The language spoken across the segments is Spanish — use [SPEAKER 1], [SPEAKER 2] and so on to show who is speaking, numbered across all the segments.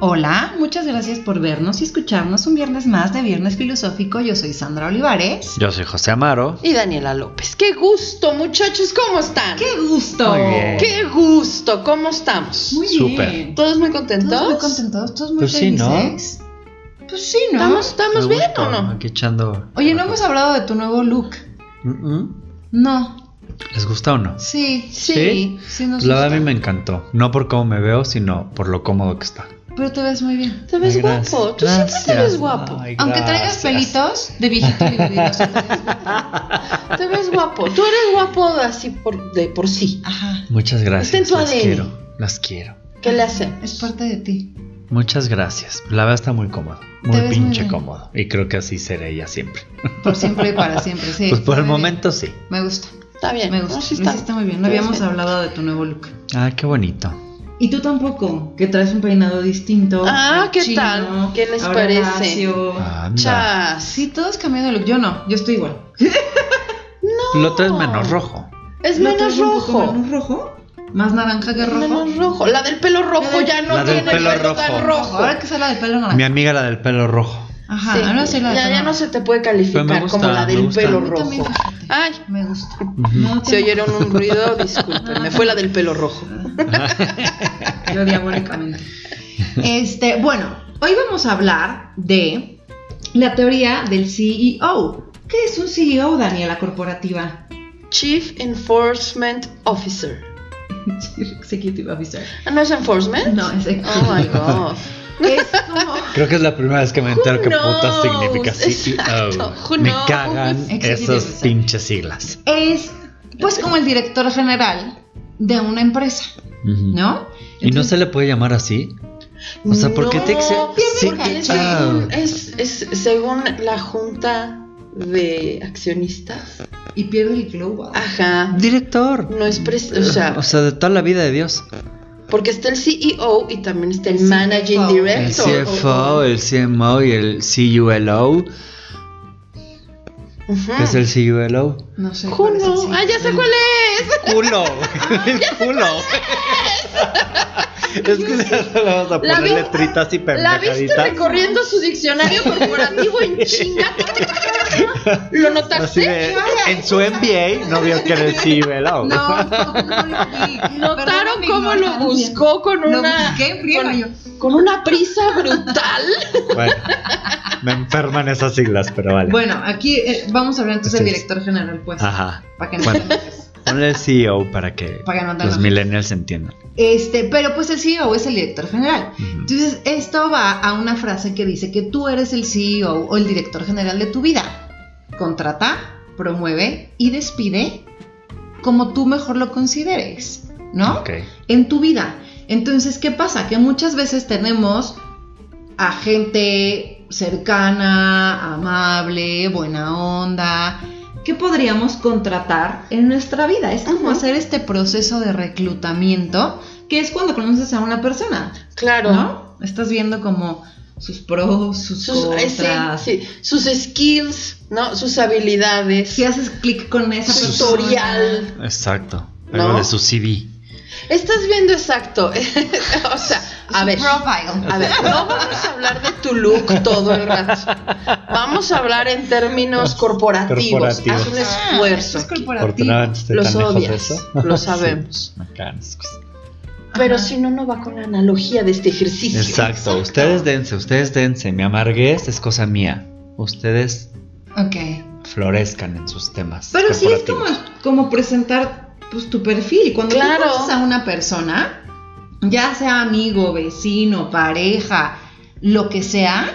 [SPEAKER 1] Hola, muchas gracias por vernos y escucharnos un viernes más de Viernes Filosófico. Yo soy Sandra Olivares.
[SPEAKER 2] Yo soy José Amaro.
[SPEAKER 3] Y Daniela López. ¡Qué gusto, muchachos! ¿Cómo están?
[SPEAKER 1] ¡Qué gusto!
[SPEAKER 2] Muy bien.
[SPEAKER 3] ¡Qué gusto! ¿Cómo estamos?
[SPEAKER 1] Muy
[SPEAKER 2] Súper.
[SPEAKER 1] bien.
[SPEAKER 3] ¿Todos
[SPEAKER 1] Todos muy
[SPEAKER 3] muy contentos?
[SPEAKER 1] contentos, todos muy
[SPEAKER 2] Pues sí, ¿no?
[SPEAKER 1] felices. Pues sí, ¿no?
[SPEAKER 3] ¿Estamos, estamos
[SPEAKER 2] Me
[SPEAKER 3] bien
[SPEAKER 2] gusta,
[SPEAKER 3] o no?
[SPEAKER 2] Aquí echando.
[SPEAKER 1] Oye, no hemos hablado de tu nuevo look.
[SPEAKER 2] Mm, mm.
[SPEAKER 1] No.
[SPEAKER 2] ¿Les gusta o no?
[SPEAKER 1] Sí,
[SPEAKER 2] ¿Sí?
[SPEAKER 1] sí, sí nos
[SPEAKER 2] La verdad a
[SPEAKER 1] gusta.
[SPEAKER 2] mí me encantó. No por cómo me veo, sino por lo cómodo que está.
[SPEAKER 1] Pero te ves muy bien.
[SPEAKER 3] Te ves
[SPEAKER 2] Ay, gracias.
[SPEAKER 3] guapo. Tú siempre te
[SPEAKER 2] Gracias.
[SPEAKER 3] ves guapo.
[SPEAKER 2] Ay,
[SPEAKER 1] Aunque traigas
[SPEAKER 2] gracias.
[SPEAKER 1] pelitos de viejito libidinoso.
[SPEAKER 3] Te ves guapo. Tú eres guapo así por, de por sí.
[SPEAKER 1] Ajá,
[SPEAKER 2] Muchas gracias.
[SPEAKER 3] Está en tu
[SPEAKER 2] las
[SPEAKER 3] ADN.
[SPEAKER 2] quiero. Las quiero.
[SPEAKER 3] ¿Qué le hacen?
[SPEAKER 1] es parte de ti.
[SPEAKER 2] Muchas gracias. La verdad está muy cómodo.
[SPEAKER 1] Te
[SPEAKER 2] Muy
[SPEAKER 1] ves muy
[SPEAKER 2] pinche
[SPEAKER 1] bien.
[SPEAKER 2] cómodo. Y creo que así seré ya siempre.
[SPEAKER 1] Por siempre y para siempre, sí.
[SPEAKER 2] pues por el
[SPEAKER 1] Muy bien.
[SPEAKER 2] momento sí.
[SPEAKER 1] Me gusta,
[SPEAKER 3] Está bien.
[SPEAKER 1] me gusta.
[SPEAKER 3] Eh, ¿no? Sí
[SPEAKER 1] lo hiciste muy bien. No habíamos
[SPEAKER 3] Perfecto.
[SPEAKER 1] hablado de tu nuevo look.
[SPEAKER 2] Ah, qué bonito.
[SPEAKER 1] Y tú tampoco, que traes un peinado distinto.
[SPEAKER 3] Ah, ¿qué
[SPEAKER 1] chino,
[SPEAKER 3] tal? ¿Qué les
[SPEAKER 1] ahora
[SPEAKER 3] parece?
[SPEAKER 1] lacio.
[SPEAKER 2] Anda.
[SPEAKER 3] Chas.
[SPEAKER 1] Sí, todos cambiando de look. Yo no, yo estoy igual.
[SPEAKER 2] Lo traes menos rojo.
[SPEAKER 3] Es
[SPEAKER 1] ¿No
[SPEAKER 3] menos
[SPEAKER 1] traes un poco
[SPEAKER 3] rojo.
[SPEAKER 1] Menos rojo. Más naranja que rojo.
[SPEAKER 3] Menos rojo. La del pelo rojo
[SPEAKER 1] del-
[SPEAKER 3] ya no
[SPEAKER 2] La del
[SPEAKER 3] tiene el
[SPEAKER 2] pelo
[SPEAKER 3] pelo tan
[SPEAKER 2] rojo.
[SPEAKER 3] rojo.
[SPEAKER 1] Ahora que sale del pelo
[SPEAKER 2] Mi
[SPEAKER 1] naranja.
[SPEAKER 2] amiga la del pelo rojo.
[SPEAKER 1] Ajá,
[SPEAKER 3] Sí.
[SPEAKER 1] ahora sí la del
[SPEAKER 3] ya,
[SPEAKER 1] pelo
[SPEAKER 3] ya no
[SPEAKER 1] naranja.
[SPEAKER 3] se te puede
[SPEAKER 2] Pero me
[SPEAKER 3] calificar
[SPEAKER 2] gusta,
[SPEAKER 3] como la
[SPEAKER 2] me
[SPEAKER 3] del
[SPEAKER 2] gusta.
[SPEAKER 3] pelo
[SPEAKER 1] A mí también,
[SPEAKER 3] rojo.
[SPEAKER 1] fíjate.
[SPEAKER 3] Ay,
[SPEAKER 1] Me gusta.
[SPEAKER 2] Ujú.
[SPEAKER 1] No
[SPEAKER 3] se
[SPEAKER 1] tengo-
[SPEAKER 3] oyeron un ruido, discúlpenme, fue la del pelo rojo.
[SPEAKER 1] Yo diabólicamente. Este, bueno, hoy vamos a hablar de la teoría del CEO. ¿Qué es un CEO, Daniela Corporativa?
[SPEAKER 3] Chief Enforcement Officer.
[SPEAKER 1] Chief Executive Officer.
[SPEAKER 3] Ah, ¿No es enforcement?
[SPEAKER 1] No, es
[SPEAKER 3] Oh my god.
[SPEAKER 1] Es como.
[SPEAKER 2] Creo que es la primera vez que me entero
[SPEAKER 3] Who
[SPEAKER 2] que puta
[SPEAKER 3] knows?
[SPEAKER 2] significa CEO.
[SPEAKER 3] Exacto, who E
[SPEAKER 2] Me
[SPEAKER 3] knows?
[SPEAKER 2] cagan
[SPEAKER 1] Executive
[SPEAKER 2] esas
[SPEAKER 1] officer.
[SPEAKER 2] pinches siglas.
[SPEAKER 1] Es, pues, como el director general de una empresa,
[SPEAKER 2] Ujú.
[SPEAKER 1] ¿no?
[SPEAKER 2] ¿Y no
[SPEAKER 1] Entonces,
[SPEAKER 2] se le puede llamar así? O sea, ¿por qué te exe-
[SPEAKER 3] No,
[SPEAKER 2] sí,
[SPEAKER 3] porque es
[SPEAKER 2] ah.
[SPEAKER 3] según- es, es según la junta de accionistas.
[SPEAKER 1] Y pierde el globo.
[SPEAKER 3] Ajá.
[SPEAKER 2] Director.
[SPEAKER 3] No es pres- o sea,
[SPEAKER 2] O sea, de toda la vida de Dios.
[SPEAKER 3] porque está el CEO y también está el
[SPEAKER 1] El
[SPEAKER 3] Managing
[SPEAKER 1] CFO.
[SPEAKER 2] El
[SPEAKER 3] Director.
[SPEAKER 2] CFO, el CMO y el CULO.
[SPEAKER 3] Ujú.
[SPEAKER 2] ¿Qué es el CULO?
[SPEAKER 1] No sé.
[SPEAKER 3] Who
[SPEAKER 1] cuál es el
[SPEAKER 3] knows?
[SPEAKER 1] CEO.
[SPEAKER 3] Ah, ya sé cuál es.
[SPEAKER 2] ¡Culo!
[SPEAKER 3] Ah,
[SPEAKER 2] ¡El culo! Es que se le vas a
[SPEAKER 3] La
[SPEAKER 2] poner
[SPEAKER 3] vi-
[SPEAKER 2] letritas y
[SPEAKER 3] La viste
[SPEAKER 2] pendejaditas.
[SPEAKER 3] recorriendo su diccionario corporativo en chinga. ¿Lo
[SPEAKER 2] Así
[SPEAKER 3] notaste?
[SPEAKER 2] de, en su MBA no vio que era el
[SPEAKER 1] No,
[SPEAKER 2] CULO.
[SPEAKER 1] no, no lo vi. Perdón
[SPEAKER 3] ¿Notaron
[SPEAKER 1] mi
[SPEAKER 3] cómo lo
[SPEAKER 1] ignorancia.
[SPEAKER 3] buscó con
[SPEAKER 1] Lo
[SPEAKER 3] una
[SPEAKER 1] busqué en friega yo.
[SPEAKER 3] con, con una prisa brutal?
[SPEAKER 2] Bueno, me enferman esas siglas, pero vale.
[SPEAKER 1] Bueno, aquí eh, vamos a hablar entonces del
[SPEAKER 2] Sí.
[SPEAKER 1] director general, pues.
[SPEAKER 2] Ajá.
[SPEAKER 1] Para que no
[SPEAKER 2] ah, Bueno. Ponle el CEO para que
[SPEAKER 1] Para que no te
[SPEAKER 2] los
[SPEAKER 1] enojes.
[SPEAKER 2] millennials entiendan.
[SPEAKER 1] Este, pero pues el CEO es el director general. Entonces, esto va a una frase que dice que tú eres el CEO o el director general de tu vida. Contrata, promueve y despide como tú mejor lo consideres, ¿no?
[SPEAKER 2] Ok.
[SPEAKER 1] En tu vida. Entonces, ¿qué pasa? Que muchas veces tenemos a gente cercana, amable, buena onda, que podríamos contratar en nuestra vida. Es como
[SPEAKER 3] Ujú.
[SPEAKER 1] hacer este proceso de reclutamiento, que es cuando conoces a una persona,
[SPEAKER 3] Claro.
[SPEAKER 1] ¿no? Estás viendo como sus pros, sus,
[SPEAKER 3] Sus, eh, sí,
[SPEAKER 1] contras.
[SPEAKER 3] sí, sus skills, ¿no? Sus habilidades.
[SPEAKER 1] Si haces clic con esa
[SPEAKER 3] Su
[SPEAKER 1] persona.
[SPEAKER 3] historial.
[SPEAKER 2] Exacto.
[SPEAKER 3] ¿No?
[SPEAKER 2] Algo de su CV.
[SPEAKER 3] Estás viendo exacto. o sea, a
[SPEAKER 1] Su
[SPEAKER 3] ver.
[SPEAKER 1] profile.
[SPEAKER 3] A ver, no vamos a hablar de tu look todo el rato. Vamos a hablar en términos corporativos.
[SPEAKER 2] Corporativos.
[SPEAKER 3] Haz un
[SPEAKER 1] Ah,
[SPEAKER 3] esfuerzo.
[SPEAKER 1] es
[SPEAKER 3] aquí.
[SPEAKER 2] Por
[SPEAKER 1] corporativo.
[SPEAKER 2] nada estoy
[SPEAKER 3] Los
[SPEAKER 2] tan lejos de
[SPEAKER 3] odias,
[SPEAKER 2] eso.
[SPEAKER 3] lo
[SPEAKER 2] Sí,
[SPEAKER 3] sabemos.
[SPEAKER 2] me cagan esas cosas.
[SPEAKER 3] Pero
[SPEAKER 1] Ajá.
[SPEAKER 3] si no, no va con la analogía de este ejercicio.
[SPEAKER 2] Exacto. Ustedes dense, ustedes dense. Mi amarguez es cosa mía. Ustedes
[SPEAKER 1] Ok.
[SPEAKER 2] florezcan en sus temas.
[SPEAKER 1] Pero sí es como,
[SPEAKER 2] corporativos.
[SPEAKER 1] como presentar pues, tu perfil. Cuando
[SPEAKER 3] Claro.
[SPEAKER 1] tú conoces a una persona, ya sea amigo, vecino, pareja, lo que sea,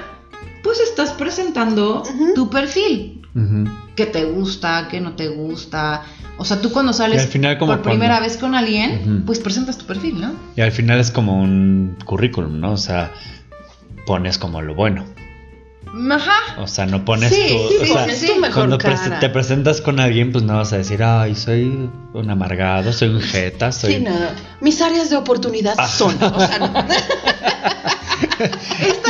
[SPEAKER 1] pues estás presentando
[SPEAKER 3] Ujú.
[SPEAKER 1] tu perfil.
[SPEAKER 2] Ujú.
[SPEAKER 1] Que te gusta, que no te gusta. O sea, tú cuando
[SPEAKER 2] Y
[SPEAKER 1] sales
[SPEAKER 2] al final como
[SPEAKER 1] por primera
[SPEAKER 2] cuando-
[SPEAKER 1] vez con alguien,
[SPEAKER 2] Ujú.
[SPEAKER 1] pues presentas tu perfil, ¿no?
[SPEAKER 2] Y al final es como un currículum, ¿no? O sea, pones como lo bueno.
[SPEAKER 1] Ajá.
[SPEAKER 2] O sea, no pones
[SPEAKER 1] Sí,
[SPEAKER 2] tu.
[SPEAKER 1] sí,
[SPEAKER 2] o
[SPEAKER 3] Sí,
[SPEAKER 2] sea,
[SPEAKER 3] es tu mejor
[SPEAKER 2] cuando prese-
[SPEAKER 3] cara.
[SPEAKER 2] te presentas con alguien, pues no vas a decir, ay, soy un amargado, soy un jeta, soy.
[SPEAKER 3] Sí, no, no. Mis áreas de oportunidad son. O sea, no.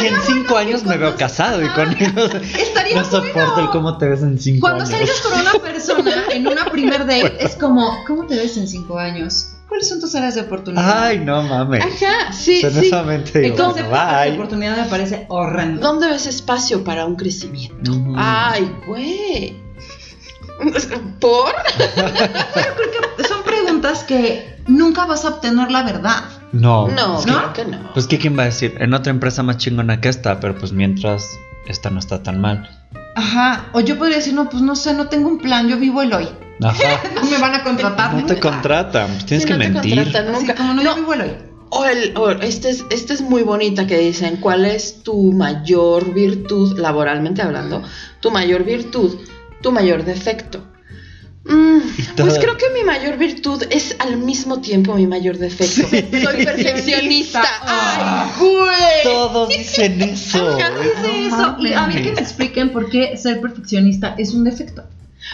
[SPEAKER 2] y en cinco años me veo casado y
[SPEAKER 3] Ah,
[SPEAKER 2] con ellos.
[SPEAKER 1] Estaría
[SPEAKER 2] No soporto el
[SPEAKER 1] bueno.
[SPEAKER 2] cómo te ves en cinco
[SPEAKER 1] Cuando
[SPEAKER 2] años.
[SPEAKER 1] salgas con una persona en una primer date, es como, ¿cómo te ves en cinco años? ¿Cuáles son tus áreas de oportunidad?
[SPEAKER 2] Ay, no mames.
[SPEAKER 3] Ajá, sí, sí.
[SPEAKER 2] Penosamente digo,
[SPEAKER 1] El concepto de
[SPEAKER 2] bueno,
[SPEAKER 1] áreas de
[SPEAKER 2] bye.
[SPEAKER 1] oportunidad me parece horrendo.
[SPEAKER 3] ¿Dónde ves espacio para un crecimiento?
[SPEAKER 2] Ujú.
[SPEAKER 3] Ay, güey. ¿Por?
[SPEAKER 1] Son preguntas que nunca vas a obtener la verdad.
[SPEAKER 2] No.
[SPEAKER 3] No,
[SPEAKER 2] Es que-
[SPEAKER 3] claro que no.
[SPEAKER 2] Pues, ¿qué quién va a decir? En otra empresa más chingona que esta, pero pues mientras esta no está tan mal.
[SPEAKER 1] Ajá. O yo podría decir, no, pues no sé, no tengo un plan, yo vivo el hoy.
[SPEAKER 2] Ajá.
[SPEAKER 1] No me van a contratar.
[SPEAKER 2] No te
[SPEAKER 1] nunca.
[SPEAKER 2] contratan, pues tienes
[SPEAKER 3] Sí,
[SPEAKER 2] que
[SPEAKER 3] no te
[SPEAKER 2] mentir.
[SPEAKER 3] contratan
[SPEAKER 1] Así
[SPEAKER 3] nunca.
[SPEAKER 1] como no, yo
[SPEAKER 3] No,
[SPEAKER 1] vivo el hoy.
[SPEAKER 3] O el, o este es, este es muy bonita que dicen, ¿cuál es tu mayor virtud, laboralmente hablando? Tu mayor virtud, tu mayor defecto. Mm,
[SPEAKER 2] Y
[SPEAKER 3] pues
[SPEAKER 2] todo.
[SPEAKER 3] creo que mi mayor virtud es al mismo tiempo mi mayor defecto. Soy perfeccionista.
[SPEAKER 1] Ah.
[SPEAKER 3] ¡Ay, güey!
[SPEAKER 2] Todos dicen eso.
[SPEAKER 3] Ajá,
[SPEAKER 2] güey.
[SPEAKER 1] Dice
[SPEAKER 2] No
[SPEAKER 1] eso. Y a mí
[SPEAKER 2] mames.
[SPEAKER 1] que me expliquen por qué ser perfeccionista es un defecto.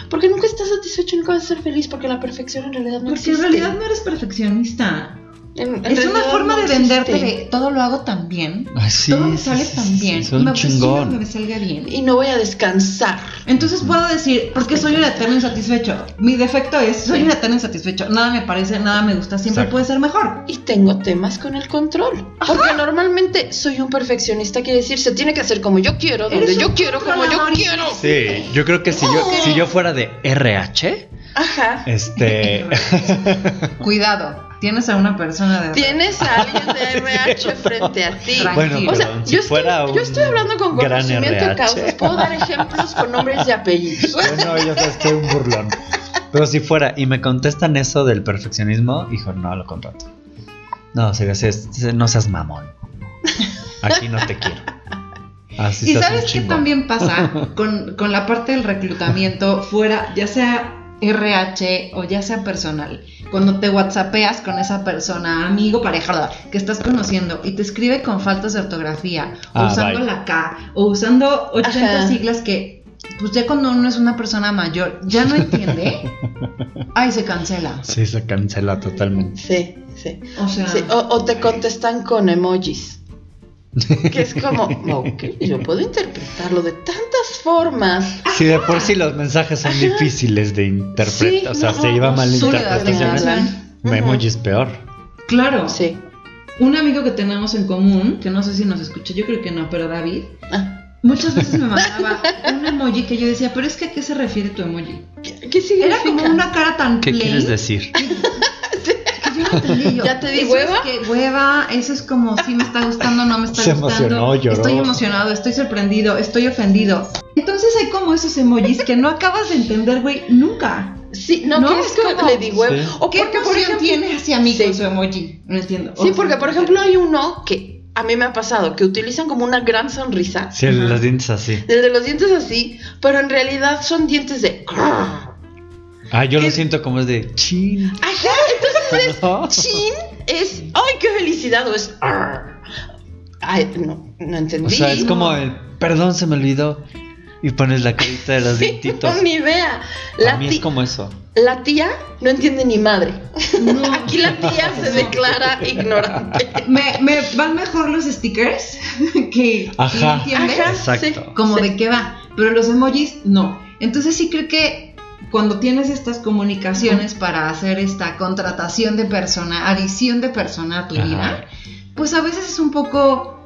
[SPEAKER 3] Porque nunca estás satisfecho, nunca vas a ser feliz, porque la perfección en realidad no
[SPEAKER 1] Porque en
[SPEAKER 3] existe.
[SPEAKER 1] realidad no eres perfeccionista.
[SPEAKER 3] En- en
[SPEAKER 1] Es una
[SPEAKER 3] realidad
[SPEAKER 1] forma
[SPEAKER 3] no
[SPEAKER 1] de venderte
[SPEAKER 3] existe.
[SPEAKER 1] de todo lo hago tan bien.
[SPEAKER 2] Ay, Ah, sí,
[SPEAKER 1] todo me
[SPEAKER 2] sí,
[SPEAKER 1] sale
[SPEAKER 2] sí,
[SPEAKER 1] tan
[SPEAKER 2] sí,
[SPEAKER 1] bien.
[SPEAKER 2] Son
[SPEAKER 1] me obsesiono que
[SPEAKER 2] chingón.
[SPEAKER 1] me salga bien.
[SPEAKER 3] Y no voy a descansar.
[SPEAKER 1] Entonces puedo decir, ¿por qué soy un eterno insatisfecho? Mi defecto es, soy un eterno insatisfecho. Nada me parece, nada me gusta, siempre
[SPEAKER 2] Exacto.
[SPEAKER 1] puede ser mejor.
[SPEAKER 3] y tengo temas con el control. Porque normalmente soy un perfeccionista, quiere decir, se tiene que hacer como yo quiero, donde
[SPEAKER 1] Eres
[SPEAKER 3] yo
[SPEAKER 1] un
[SPEAKER 3] quiero, como yo
[SPEAKER 1] controlador
[SPEAKER 3] quiero.
[SPEAKER 2] Sí, yo creo que si yo, si yo fuera de RH,
[SPEAKER 3] Ajá.
[SPEAKER 2] este.
[SPEAKER 1] Cuidado, tienes a una persona de...
[SPEAKER 3] Tienes a alguien de RH frente a ti.
[SPEAKER 1] Tranquilo.
[SPEAKER 2] bueno,
[SPEAKER 1] O
[SPEAKER 2] pero
[SPEAKER 3] sea,
[SPEAKER 2] si
[SPEAKER 3] yo,
[SPEAKER 2] fuera
[SPEAKER 3] estoy,
[SPEAKER 2] un
[SPEAKER 3] yo estoy hablando con
[SPEAKER 2] gran
[SPEAKER 3] conocimiento de
[SPEAKER 2] RH.
[SPEAKER 3] causas. Puedo dar ejemplos con nombres y apellidos.
[SPEAKER 2] Bueno, yo sé, estoy un burlón. Pero si fuera y me contestan eso del perfeccionismo, hijo, no lo contrato. No, sería así, es- no seas mamón. Aquí no te quiero. Así
[SPEAKER 1] Y
[SPEAKER 2] seas un
[SPEAKER 1] sabes qué
[SPEAKER 2] chingón.
[SPEAKER 1] también pasa con, con la parte del reclutamiento fuera, ya sea RH o ya sea personal. Cuando te whatsappeas con esa persona, amigo, pareja, bla, bla, que estás conociendo y te escribe con faltas de ortografía, o
[SPEAKER 2] Ah,
[SPEAKER 1] usando
[SPEAKER 2] bye.
[SPEAKER 1] la K, o usando 80
[SPEAKER 3] Ajá.
[SPEAKER 1] siglas que, pues ya cuando uno es una persona mayor, ya no entiende, ay, se cancela.
[SPEAKER 2] Sí, se cancela Ah, totalmente.
[SPEAKER 3] Sí, sí.
[SPEAKER 1] O sea,
[SPEAKER 3] sí. O, o te contestan con emojis. Que es como, ok, yo puedo interpretarlo de tantas formas.
[SPEAKER 2] Si de por sí los mensajes son difíciles de interpretar,
[SPEAKER 3] Sí,
[SPEAKER 2] o sea,
[SPEAKER 3] no,
[SPEAKER 2] se lleva
[SPEAKER 3] no,
[SPEAKER 2] mal
[SPEAKER 1] soledad
[SPEAKER 2] interpretaciones.
[SPEAKER 1] de
[SPEAKER 3] Ujú.
[SPEAKER 2] Memoji es peor.
[SPEAKER 1] claro,
[SPEAKER 3] Sí.
[SPEAKER 1] un amigo que tenemos en común, que no sé si nos escucha, yo creo que no, pero David,
[SPEAKER 3] Ah,
[SPEAKER 1] Muchas veces me mandaba un emoji que yo decía, pero es que a qué se refiere tu emoji.
[SPEAKER 3] ¿Qué, qué
[SPEAKER 1] Era
[SPEAKER 3] significa?
[SPEAKER 1] como una cara tan
[SPEAKER 2] ¿Qué
[SPEAKER 1] plain
[SPEAKER 2] quieres decir?
[SPEAKER 1] que yo no entendía. Yo,
[SPEAKER 3] ¿Ya te di
[SPEAKER 1] "Eso
[SPEAKER 3] hueva?"
[SPEAKER 1] Es que hueva, eso es como si me está gustando, no me está
[SPEAKER 2] Se
[SPEAKER 1] gustando.
[SPEAKER 2] emocionó, lloró.
[SPEAKER 1] Estoy emocionado, estoy sorprendido, estoy ofendido. Entonces hay como esos emojis que no acabas de entender, güey, nunca.
[SPEAKER 3] Sí, no,
[SPEAKER 1] No,
[SPEAKER 3] que es
[SPEAKER 1] es
[SPEAKER 3] que
[SPEAKER 1] como-
[SPEAKER 3] le di huevo.
[SPEAKER 2] Sí.
[SPEAKER 3] O
[SPEAKER 1] ¿Qué
[SPEAKER 3] porque, por ejemplo,
[SPEAKER 1] tiene hacia mí
[SPEAKER 3] Sí.
[SPEAKER 1] con su emoji? No entiendo.
[SPEAKER 3] Sí,
[SPEAKER 1] O
[SPEAKER 2] Oh.
[SPEAKER 3] porque
[SPEAKER 1] sea,
[SPEAKER 3] por ejemplo hay uno que a mí me ha pasado, que utilizan como una gran sonrisa,
[SPEAKER 2] Si el- los dientes así.
[SPEAKER 3] desde los dientes así, pero en realidad son dientes de... Ajá,
[SPEAKER 2] Ah, yo lo siento como es de chin.
[SPEAKER 3] entonces es...
[SPEAKER 2] ¿no?
[SPEAKER 3] Chin es... ¡Ay, qué felicidad! O es... Ay, no, no entendí.
[SPEAKER 2] O sea, es como el perdón, se me olvidó. Y pones la carita de los dientitos.
[SPEAKER 3] No, ni vea.
[SPEAKER 2] A
[SPEAKER 3] La,
[SPEAKER 2] mí es
[SPEAKER 3] ti-
[SPEAKER 2] como eso.
[SPEAKER 3] la tía no entiende ni madre.
[SPEAKER 1] No.
[SPEAKER 3] Aquí la tía se declara ignorante.
[SPEAKER 1] Me, me van mejor los stickers que
[SPEAKER 2] Ajá.
[SPEAKER 1] ¿entiendes?
[SPEAKER 3] Ajá,
[SPEAKER 2] Exacto.
[SPEAKER 3] sí.
[SPEAKER 1] como de qué va, pero los emojis no. Entonces sí creo que cuando tienes estas comunicaciones para hacer esta contratación de persona, adición de persona a tu
[SPEAKER 2] Ajá.
[SPEAKER 1] vida, pues a veces es un poco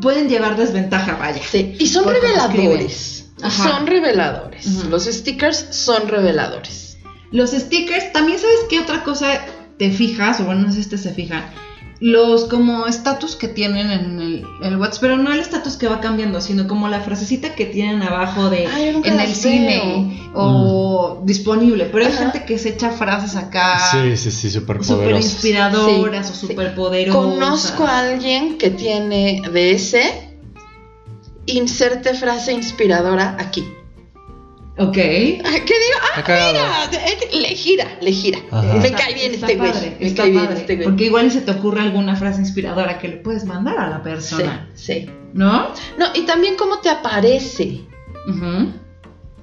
[SPEAKER 1] pueden llevar desventaja, vaya.
[SPEAKER 3] Sí, y son
[SPEAKER 1] Por cómo
[SPEAKER 3] reveladores.
[SPEAKER 1] Ajá.
[SPEAKER 3] Son reveladores.
[SPEAKER 1] Ujú.
[SPEAKER 3] Los stickers son reveladores.
[SPEAKER 1] Los stickers, también sabes qué otra cosa te fijas, o bueno, no sé si te se fijan, los como estatus que tienen en el, el WhatsApp, pero no el estatus que va cambiando, sino como la frasecita que tienen abajo de
[SPEAKER 3] Ay, yo nunca
[SPEAKER 1] en
[SPEAKER 3] las
[SPEAKER 1] el cine o disponible, pero hay
[SPEAKER 3] Ajá.
[SPEAKER 1] gente que se echa frases acá
[SPEAKER 2] Mm.
[SPEAKER 3] Ah.
[SPEAKER 2] sí, sí, súper
[SPEAKER 1] súper inspiradoras
[SPEAKER 3] Sí,
[SPEAKER 1] o
[SPEAKER 3] sí.
[SPEAKER 1] súper poderosas.
[SPEAKER 3] Conozco a alguien que tiene de ese. Inserte frase inspiradora aquí.
[SPEAKER 1] Ok.
[SPEAKER 3] Ah, ¿Qué digo?
[SPEAKER 2] Está cagado.
[SPEAKER 3] Ah, eh, le gira, le gira.
[SPEAKER 2] Ajá.
[SPEAKER 3] Me
[SPEAKER 1] Está-
[SPEAKER 3] cae bien
[SPEAKER 1] está
[SPEAKER 3] este güey.
[SPEAKER 1] padre,
[SPEAKER 3] Me
[SPEAKER 1] está
[SPEAKER 3] cae bien
[SPEAKER 1] padre,
[SPEAKER 3] este güey.
[SPEAKER 1] Porque igual y se te ocurre alguna frase inspiradora que le puedes mandar a la
[SPEAKER 3] Sí,
[SPEAKER 1] persona,
[SPEAKER 3] sí.
[SPEAKER 1] ¿no?
[SPEAKER 3] No, y también cómo te aparece.
[SPEAKER 1] Ujú.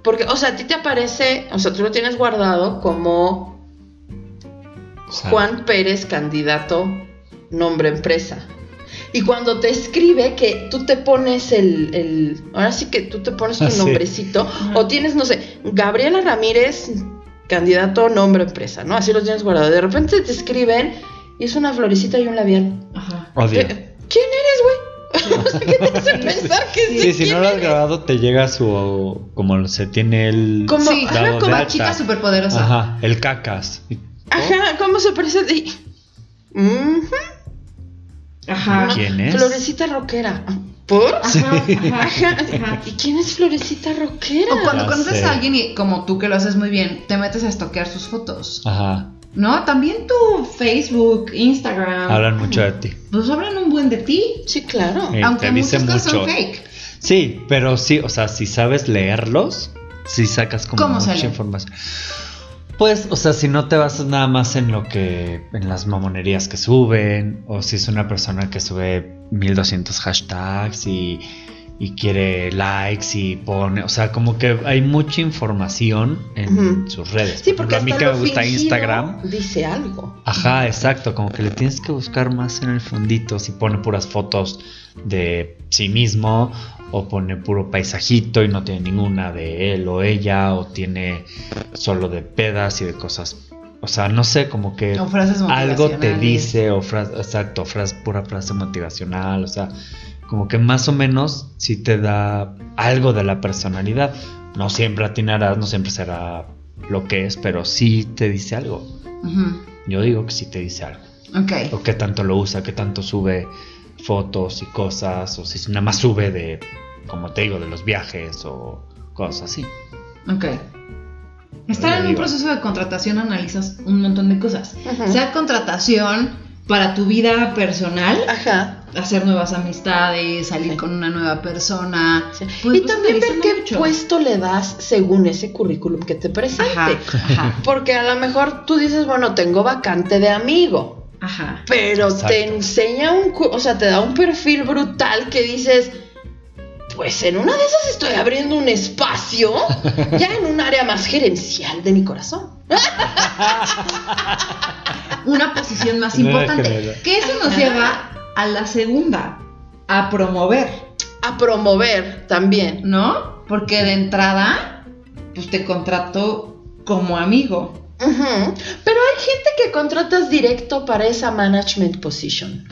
[SPEAKER 3] Porque, o sea, a ti te aparece, o sea, tú lo tienes guardado como
[SPEAKER 2] O sea,
[SPEAKER 3] Juan Pérez, candidato, nombre empresa. Y cuando te escribe que tú te pones el, el- ahora sí que tú te pones tu
[SPEAKER 2] Ah, sí.
[SPEAKER 3] nombrecito, o tienes, no sé, Gabriela Ramírez candidato, nombre, empresa, ¿no? Así lo tienes guardado. De repente te escriben y es una florecita y un labial.
[SPEAKER 1] Ajá.
[SPEAKER 2] Odio.
[SPEAKER 3] Eh, ¿Quién eres, güey? O sea, ¿Qué te hace pensar que
[SPEAKER 2] pues, Sí,
[SPEAKER 3] sé
[SPEAKER 2] si no
[SPEAKER 3] quién
[SPEAKER 2] lo has
[SPEAKER 3] eres?
[SPEAKER 2] grabado, te llega su. Como se tiene el.
[SPEAKER 3] Como-
[SPEAKER 1] sí,
[SPEAKER 2] dado
[SPEAKER 1] ajá,
[SPEAKER 2] de
[SPEAKER 1] como
[SPEAKER 2] alta.
[SPEAKER 1] chica superpoderosa.
[SPEAKER 2] Ajá, el cacas.
[SPEAKER 3] Ajá, ¿cómo se presenta? Y- Ujú,
[SPEAKER 1] Ajá.
[SPEAKER 2] ¿Quién es?
[SPEAKER 3] Florecita rockera. ¿Por?
[SPEAKER 1] Ajá,
[SPEAKER 3] Ajá.
[SPEAKER 1] ajá, Ah. ajá.
[SPEAKER 3] ¿Y quién es Florecita rockera?
[SPEAKER 1] O cuando
[SPEAKER 2] Ya
[SPEAKER 1] conoces
[SPEAKER 2] sé.
[SPEAKER 1] a alguien y como tú que lo haces muy bien, te metes a estoquear sus fotos.
[SPEAKER 2] Ajá,
[SPEAKER 1] ¿No? También tu Facebook, Instagram.
[SPEAKER 2] hablan mucho de ti.
[SPEAKER 1] Pues hablan un buen de ti.
[SPEAKER 3] Sí, claro.
[SPEAKER 2] Eh,
[SPEAKER 1] aunque
[SPEAKER 2] te dice
[SPEAKER 1] muchas cosas son
[SPEAKER 2] mucho.
[SPEAKER 1] fake.
[SPEAKER 2] Sí, pero sí, o sea, si sabes leerlos, si sacas como
[SPEAKER 1] ¿Cómo
[SPEAKER 2] mucha
[SPEAKER 1] sale?
[SPEAKER 2] información. Pues, o sea, si no te vas nada más en lo que, en las mamonerías que suben, o si es una persona que sube 1200 hashtags y, y quiere likes y pone, o sea, como que hay mucha información en
[SPEAKER 3] Ujú.
[SPEAKER 2] sus redes.
[SPEAKER 3] Sí,
[SPEAKER 2] Por
[SPEAKER 3] porque
[SPEAKER 2] ejemplo, a mí
[SPEAKER 3] hasta
[SPEAKER 2] que
[SPEAKER 3] lo
[SPEAKER 2] me gusta
[SPEAKER 3] fingido
[SPEAKER 2] Instagram.
[SPEAKER 3] Dice algo.
[SPEAKER 2] Ajá, exacto, como que le tienes que buscar más en el fondito si pone puras fotos de sí mismo o pone puro paisajito y no tiene ninguna de él o ella o tiene solo de pedas y de cosas, o sea, no sé, como que
[SPEAKER 1] O frases
[SPEAKER 2] Eh, algo te
[SPEAKER 1] motivacionales.
[SPEAKER 2] dice o frase, exacto, frase, pura frase motivacional, o sea, como que más o menos si te da algo de la personalidad, no siempre atinarás, no siempre será lo que es, pero sí te dice algo.
[SPEAKER 1] Ujú.
[SPEAKER 2] Yo digo que sí te dice algo.
[SPEAKER 1] Ok.
[SPEAKER 2] O qué tanto lo usa, qué tanto sube fotos y cosas, o si nada más sube de, como te digo, de los viajes o cosas así.
[SPEAKER 1] Ok. Estar
[SPEAKER 2] Oye,
[SPEAKER 1] en un
[SPEAKER 2] digo.
[SPEAKER 1] proceso de contratación analizas un montón de cosas.
[SPEAKER 3] Ujú.
[SPEAKER 1] Sea contratación para tu vida personal,
[SPEAKER 3] Ajá.
[SPEAKER 1] hacer nuevas amistades, salir
[SPEAKER 3] Sí.
[SPEAKER 1] con una nueva persona.
[SPEAKER 3] Sí.
[SPEAKER 1] Pues
[SPEAKER 3] y
[SPEAKER 1] vas
[SPEAKER 3] también ver
[SPEAKER 1] analizando
[SPEAKER 3] qué
[SPEAKER 1] mucho.
[SPEAKER 3] puesto le das según ese currículum que te presente.
[SPEAKER 1] Ajá, ajá,
[SPEAKER 3] Porque a lo mejor tú dices, bueno, tengo vacante de amigo,
[SPEAKER 1] ajá.
[SPEAKER 3] pero te
[SPEAKER 2] Exacto.
[SPEAKER 3] enseña un, cu- o sea, te da un perfil brutal que dices, pues en una de esas estoy abriendo un espacio ya en un área más gerencial de mi corazón.
[SPEAKER 1] Una posición más
[SPEAKER 2] No era
[SPEAKER 1] importante.
[SPEAKER 2] general.
[SPEAKER 1] Que eso nos
[SPEAKER 3] Ajá.
[SPEAKER 1] lleva a la segunda, a promover,
[SPEAKER 3] A promover también.
[SPEAKER 1] ¿no? Porque de entrada, pues te contrato como amigo.
[SPEAKER 3] Ujú. Pero hay gente que contratas directo para esa management position.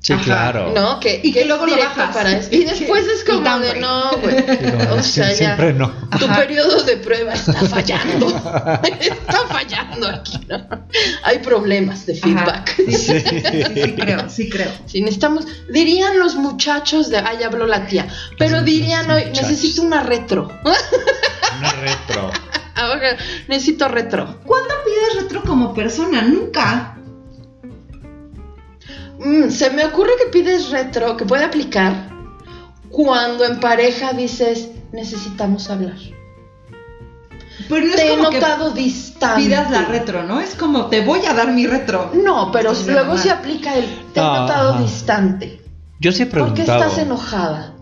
[SPEAKER 2] Sí,
[SPEAKER 1] Ajá,
[SPEAKER 2] claro.
[SPEAKER 3] No, que,
[SPEAKER 1] Y que
[SPEAKER 3] es
[SPEAKER 1] luego lo
[SPEAKER 3] directo
[SPEAKER 1] bajas.
[SPEAKER 3] para eso. Y después es
[SPEAKER 1] Y
[SPEAKER 3] como
[SPEAKER 1] downgrade.
[SPEAKER 3] de no, güey.
[SPEAKER 2] Sí, no,
[SPEAKER 3] O
[SPEAKER 2] sí,
[SPEAKER 3] sea, ya.
[SPEAKER 2] siempre no.
[SPEAKER 3] Tu
[SPEAKER 1] Ajá.
[SPEAKER 3] periodo de prueba está fallando. está fallando aquí, ¿no? Hay problemas de feedback.
[SPEAKER 1] Ajá. Sí, sí, sí, sí creo, sí creo.
[SPEAKER 3] Si necesitamos, dirían los muchachos de, ay, habló la tía, pero
[SPEAKER 2] Los
[SPEAKER 3] dirían hoy,
[SPEAKER 2] muchachos.
[SPEAKER 3] necesito una retro.
[SPEAKER 2] Una retro.
[SPEAKER 3] Ahora, necesito retro.
[SPEAKER 1] ¿Cuándo pides retro como persona? Nunca.
[SPEAKER 3] Mm, se me ocurre que pides retro, que puede aplicar, cuando en pareja dices, necesitamos hablar.
[SPEAKER 1] Pero no es
[SPEAKER 3] Te he
[SPEAKER 1] como que
[SPEAKER 3] notado distante.
[SPEAKER 1] pidas la retro, ¿no? Es como te voy a dar mi retro.
[SPEAKER 3] No, pero
[SPEAKER 1] Estás de
[SPEAKER 3] luego
[SPEAKER 1] mamá.
[SPEAKER 3] se aplica el te he
[SPEAKER 2] Ah,
[SPEAKER 3] notado
[SPEAKER 2] ajá.
[SPEAKER 3] distante.
[SPEAKER 2] Yo sí he
[SPEAKER 3] ¿Por qué
[SPEAKER 2] preguntado.
[SPEAKER 3] estás enojada?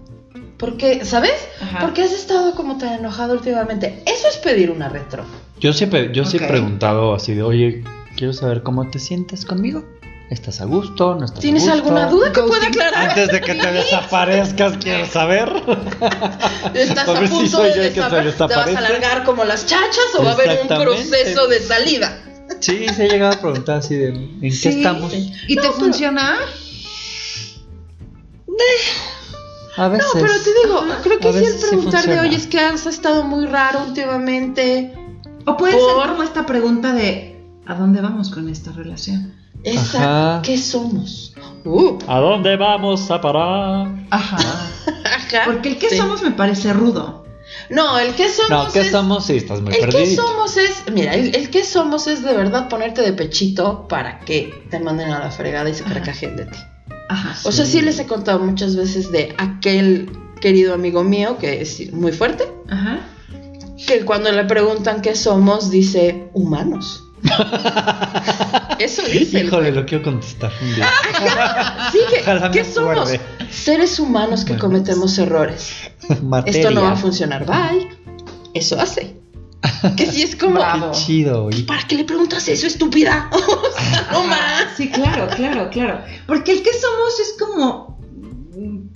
[SPEAKER 3] ¿Por qué, sabes?
[SPEAKER 1] Ajá.
[SPEAKER 3] ¿Por qué has estado como tan enojado últimamente? Eso es pedir una retro.
[SPEAKER 2] Yo sí, pe- yo sí
[SPEAKER 1] Ok.
[SPEAKER 2] he preguntado así de, oye, quiero saber cómo te sientes conmigo. ¿Estás a gusto? ¿No estás a
[SPEAKER 3] ¿Tienes
[SPEAKER 2] gusto?"
[SPEAKER 3] alguna duda que
[SPEAKER 1] Ghosting.
[SPEAKER 3] pueda aclarar?
[SPEAKER 2] Antes de que te desaparezcas, quiero saber.
[SPEAKER 3] Estás
[SPEAKER 2] a
[SPEAKER 3] a
[SPEAKER 2] ver si
[SPEAKER 3] punto
[SPEAKER 2] soy yo
[SPEAKER 3] de
[SPEAKER 2] el que se
[SPEAKER 3] desapar- ¿Te vas a
[SPEAKER 2] desaparece.
[SPEAKER 3] alargar como las chachas o va a haber un
[SPEAKER 2] Exactamente.
[SPEAKER 3] proceso de salida?
[SPEAKER 2] Sí, se ha llegado a preguntar así de, ¿en qué
[SPEAKER 1] Sí.
[SPEAKER 2] estamos?
[SPEAKER 1] ¿Y te funciona?
[SPEAKER 2] A veces.
[SPEAKER 3] No, pero te digo, creo
[SPEAKER 2] A
[SPEAKER 3] que sí el
[SPEAKER 2] veces sí
[SPEAKER 3] preguntar de,
[SPEAKER 2] funciona.
[SPEAKER 3] oye, es que has estado muy raro últimamente.
[SPEAKER 1] O puede
[SPEAKER 3] Por-
[SPEAKER 1] ser como esta pregunta de ¿a dónde vamos con esta relación?
[SPEAKER 3] Esa,
[SPEAKER 2] Ajá.
[SPEAKER 3] ¿qué somos? Uh,
[SPEAKER 2] ¿A dónde vamos a parar?
[SPEAKER 1] Ajá.
[SPEAKER 3] ajá.
[SPEAKER 1] Porque el que
[SPEAKER 3] Sí.
[SPEAKER 1] somos me parece rudo.
[SPEAKER 3] No, el que somos
[SPEAKER 2] No, ¿qué
[SPEAKER 3] es...
[SPEAKER 2] somos? Sí, estás muy
[SPEAKER 3] El que
[SPEAKER 2] perdido.
[SPEAKER 3] somos es, mira, el, el que somos es de verdad ponerte de pechito para que te manden a la fregada y se
[SPEAKER 1] Ajá.
[SPEAKER 3] carcajen de ti.
[SPEAKER 1] Ajá.
[SPEAKER 3] O sea, sí les he contado muchas veces de aquel querido amigo mío que es muy fuerte,
[SPEAKER 1] Ajá.
[SPEAKER 3] que cuando le preguntan qué somos dice humanos. Eso dice. el
[SPEAKER 2] Híjole,
[SPEAKER 3] güey.
[SPEAKER 2] lo quiero contestar un día.
[SPEAKER 3] Sí, que-
[SPEAKER 2] Ojalá
[SPEAKER 3] Ah, ¿qué
[SPEAKER 2] me
[SPEAKER 3] somos?
[SPEAKER 2] acuerde.
[SPEAKER 3] Seres humanos que
[SPEAKER 2] Humanos.
[SPEAKER 3] cometemos errores.
[SPEAKER 2] Materia.
[SPEAKER 3] Esto no va a funcionar, bye. Eso hace. Que si es como,
[SPEAKER 1] Bravo.
[SPEAKER 2] Qué chido. y-
[SPEAKER 3] ¿para qué le preguntas eso, estúpida? O sea, no más.
[SPEAKER 1] Sí, claro, claro, claro. Porque el que somos es como mm,